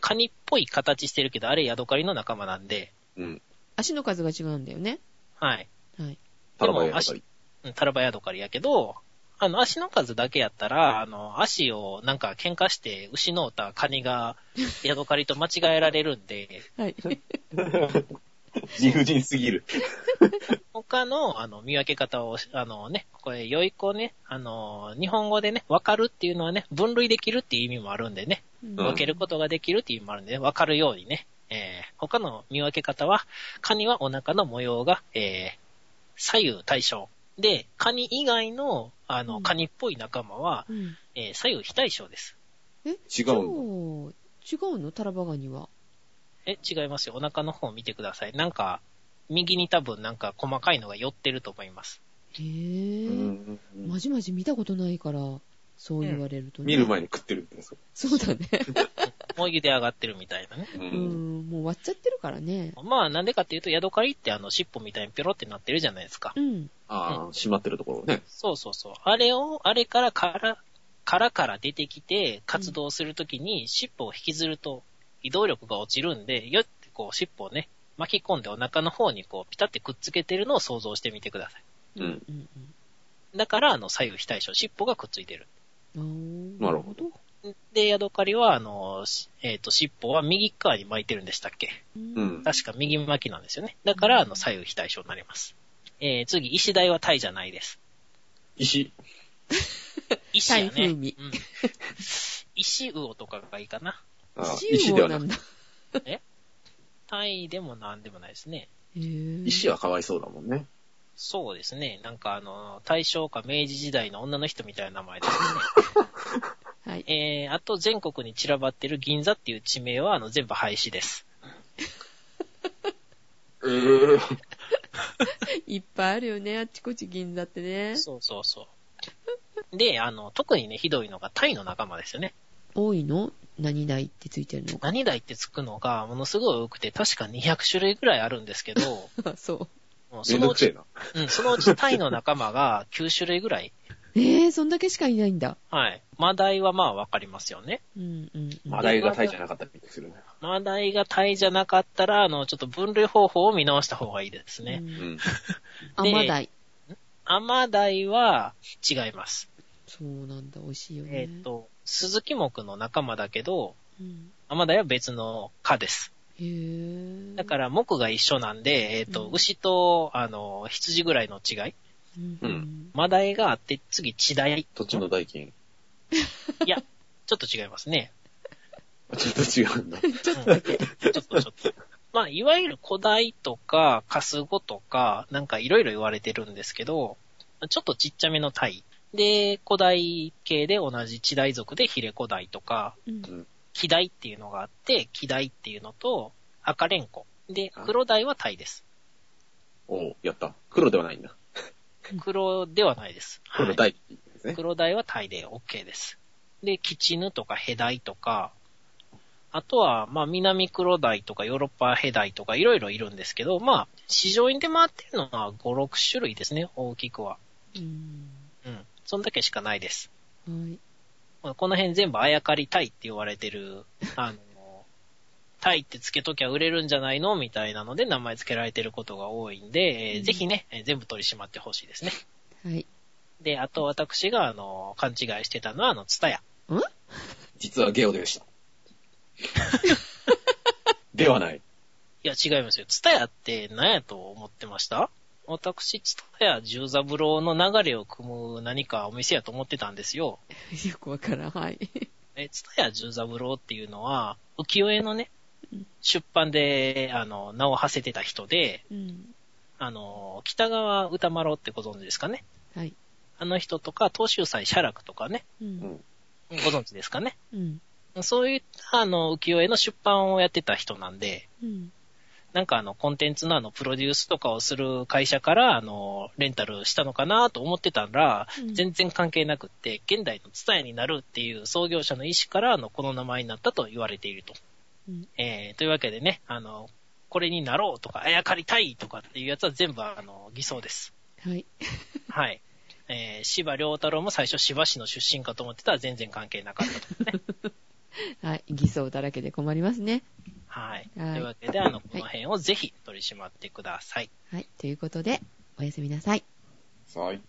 [SPEAKER 3] カニっぽい形してるけど、あれヤドカリの仲間なんで、
[SPEAKER 2] うん。
[SPEAKER 1] 足の数が違うんだよね。
[SPEAKER 3] はい。
[SPEAKER 1] はい。
[SPEAKER 2] タラバやっぱ
[SPEAKER 3] で
[SPEAKER 2] り。
[SPEAKER 3] うんタラバヤドカリやけど、あの、足の数だけやったら、あの、足をなんか喧嘩して失うたカニがヤドカリと間違えられるんで、
[SPEAKER 1] はい。
[SPEAKER 2] 理不尽すぎる。
[SPEAKER 3] 他の、あの、見分け方をし、あのね、これ、良い子ね、あの、日本語でね、わかるっていうのはね、分類できるっていう意味もあるんでね、
[SPEAKER 1] うん
[SPEAKER 2] うん
[SPEAKER 3] 分けることができるっていう意味もあるんでね、わかるようにね、えー、他の見分け方は、カニはお腹の模様が、えー、左右対称。で、カニ以外の、あ
[SPEAKER 1] う
[SPEAKER 3] の、
[SPEAKER 1] ん
[SPEAKER 3] カニっぽい仲間は、
[SPEAKER 1] うん
[SPEAKER 3] えー、左右非対称です。
[SPEAKER 1] え
[SPEAKER 2] 違うん
[SPEAKER 1] 違うのタラバガニは。
[SPEAKER 3] え、違いますよ。お腹の方を見てください。なんか、右に多分なんか細かいのが寄ってると思います。
[SPEAKER 1] へ
[SPEAKER 2] う
[SPEAKER 1] ぇ、
[SPEAKER 2] ん
[SPEAKER 1] まじまじ見たことないから、そう言われるとね。
[SPEAKER 2] 見る前に食ってるみたいな。そ
[SPEAKER 1] そうだね。
[SPEAKER 3] もう茹で上がってるみたいなね。
[SPEAKER 2] うう
[SPEAKER 1] うんん、もう割っちゃってるからね。
[SPEAKER 3] まあ、なんでかっていうと、ヤドカリってあの、尻尾みたいにピョロってなってるじゃないですか
[SPEAKER 1] う。ん。
[SPEAKER 2] ああ、閉まってるところね。
[SPEAKER 3] そうそうそう。あれを、あれからから、からから出てきて、活動するときに、尻尾を引きずると、移動力が落ちるんで、よってこう、尻尾をね、巻き込んでお腹の方にこう、ピタってくっつけてるのを想像してみてくださ
[SPEAKER 2] うん
[SPEAKER 1] うん
[SPEAKER 3] い。だから、あの、左右非対称、尻尾がくっついてる。
[SPEAKER 1] うん。あー
[SPEAKER 2] なるほ
[SPEAKER 1] ど。
[SPEAKER 3] で、ヤドカリは、あの、しえっ、と、尻尾は右側に巻いてるんでしたっけ
[SPEAKER 1] う。
[SPEAKER 2] うんん。
[SPEAKER 3] 確か右巻きなんですよね。だから、あの、左右非対称になります。えー、次、石台はタイじゃないです。
[SPEAKER 2] 石。
[SPEAKER 3] 石やね。
[SPEAKER 1] タイ風味
[SPEAKER 3] うん、石魚とかがいいかな。
[SPEAKER 2] ああ
[SPEAKER 1] 石
[SPEAKER 2] 石で
[SPEAKER 1] 王
[SPEAKER 2] は
[SPEAKER 1] な
[SPEAKER 2] なく
[SPEAKER 1] んだ。
[SPEAKER 3] タイでもなんでもないですね。
[SPEAKER 1] へぇ
[SPEAKER 2] 石はかわいそうだもんね。
[SPEAKER 3] そうですね。なんかあの、大正か明治時代の女の人みたいな名前です
[SPEAKER 1] はい。
[SPEAKER 3] ね。えー、あと全国に散らばってる銀座っていう地名はあの全部廃止です。
[SPEAKER 2] ええ。
[SPEAKER 1] いっぱいあるよね、あっちこっち銀座ってね。
[SPEAKER 3] そうそうそう。で、あの、特にね、ひどいのがタイの仲間ですよね。
[SPEAKER 1] 多いの何代ってついてるの
[SPEAKER 3] 何代ってつくのがものすごい多くて、確か200種類ぐらいあるん ですけど、
[SPEAKER 1] か。 そ
[SPEAKER 3] もう
[SPEAKER 2] め
[SPEAKER 3] そ
[SPEAKER 2] ん
[SPEAKER 3] の
[SPEAKER 2] ど
[SPEAKER 3] う
[SPEAKER 2] くせえ
[SPEAKER 3] ち、
[SPEAKER 2] な。
[SPEAKER 3] うん、そのうちタイの仲間が9種類ぐらい。
[SPEAKER 1] う。えー、そんだけしかいないんだ。
[SPEAKER 3] はい。マダイはまあわかりますよね。
[SPEAKER 1] うんうんうん。
[SPEAKER 2] マダイがタイじゃなかったりするね。
[SPEAKER 3] マダイがタイじゃなかったら、あの、ちょっと分類方法を見直した方がいいですね。
[SPEAKER 1] うん。
[SPEAKER 2] うん。
[SPEAKER 1] あ、マダイ。
[SPEAKER 3] アマダイは違います。
[SPEAKER 1] そうなんだ、美味しいよね。
[SPEAKER 3] えっ、と、鈴木木の仲間だけど、
[SPEAKER 1] うん。
[SPEAKER 3] アマダイは別の科です。
[SPEAKER 1] へぇ
[SPEAKER 3] だから木が一緒なんで、えっ、と、
[SPEAKER 1] うん
[SPEAKER 3] 牛と、あの、羊ぐらいの違い。
[SPEAKER 1] う。
[SPEAKER 2] うん
[SPEAKER 3] マダイがあって、次、地ダイ。
[SPEAKER 2] 土地の代金。
[SPEAKER 3] いや、ちょっと違いますね。
[SPEAKER 2] ちょっと違うんだ。
[SPEAKER 3] ちょっとだけ。ちょっとちょっと。まあ、いわゆる古代とか、カス語とか、なんかいろいろ言われてるんですけど、ちょっとちっちゃめのタイ。で、古代系で同じ地代族でヒレ古代とか、
[SPEAKER 1] うん
[SPEAKER 3] キダイっていうのがあって、キダイっていうのと、赤レンコ。で
[SPEAKER 2] あ、
[SPEAKER 3] 黒鯛はタイです。
[SPEAKER 2] おう、やった。黒ではないんだ。
[SPEAKER 3] 黒ではないです。
[SPEAKER 2] 黒の
[SPEAKER 3] はい、
[SPEAKER 2] 代金ですね。
[SPEAKER 3] 黒鯛はタイで OK です。で、キチヌとかヘダイとか、あとは、まあ、南黒鯛とかヨーロッパヘダイとかいろいろいるんですけど、まあ、市場に出回ってるのは5、6種類ですね、大きくは。
[SPEAKER 1] うん。
[SPEAKER 3] うん。そんだけしかないです。
[SPEAKER 1] はい。
[SPEAKER 3] まあこの辺全部あやかりたいって言われ てる、あの、タイってつけときゃ売れるんじゃないのみたいなので名前つけられてることが多いんで、えー
[SPEAKER 1] うん
[SPEAKER 3] ぜひね、えー全部取り締まってほしいですね。
[SPEAKER 1] はい。
[SPEAKER 3] で、あと私が、あの、勘違いしてたのは、あの、ツタヤ。
[SPEAKER 2] 実はゲオでした。ではない。
[SPEAKER 3] いや、違いますよ。ツタヤって何やと思ってました私、ツタヤ十三郎の流れを組む何かお店やと思ってたんですよ。
[SPEAKER 1] よくわからん。はい。
[SPEAKER 3] え、ツタヤ十三郎っていうのは、浮世絵のね
[SPEAKER 1] うん、
[SPEAKER 3] 出版で、あの、名を馳せてた人で、
[SPEAKER 1] うん。
[SPEAKER 3] あの、北川歌丸ってご存知ですかね
[SPEAKER 1] はい。
[SPEAKER 3] あの人とか、東州祭写楽とかね、
[SPEAKER 1] う。
[SPEAKER 2] うんん。
[SPEAKER 3] ご存知ですかね
[SPEAKER 1] うん。
[SPEAKER 3] そういった、あの、浮世絵の出版をやってた人なんで、
[SPEAKER 1] うん。
[SPEAKER 3] なんかあの、コンテンツのあの、プロデュースとかをする会社から、あの、レンタルしたのかなと思ってたら、
[SPEAKER 1] うん
[SPEAKER 3] 全然関係なくって、現代の伝えになるっていう創業者の意思から、あの、この名前になったと言われていると。
[SPEAKER 1] うん
[SPEAKER 3] えー、というわけでね、あの、これになろうとか、あやかりたいとかっていうやつは全部、あの、偽装です。
[SPEAKER 1] はい。
[SPEAKER 3] はい。えー、芝良太郎も最初芝市の出身かと思ってたら全然関係なかったと。
[SPEAKER 1] はい。偽装だらけで困りますね。
[SPEAKER 3] はい。と
[SPEAKER 1] はい
[SPEAKER 3] いうわけで、あの、この辺をぜひ取り締まってください。
[SPEAKER 1] はい。ということで、おやすみなさい。
[SPEAKER 2] はい。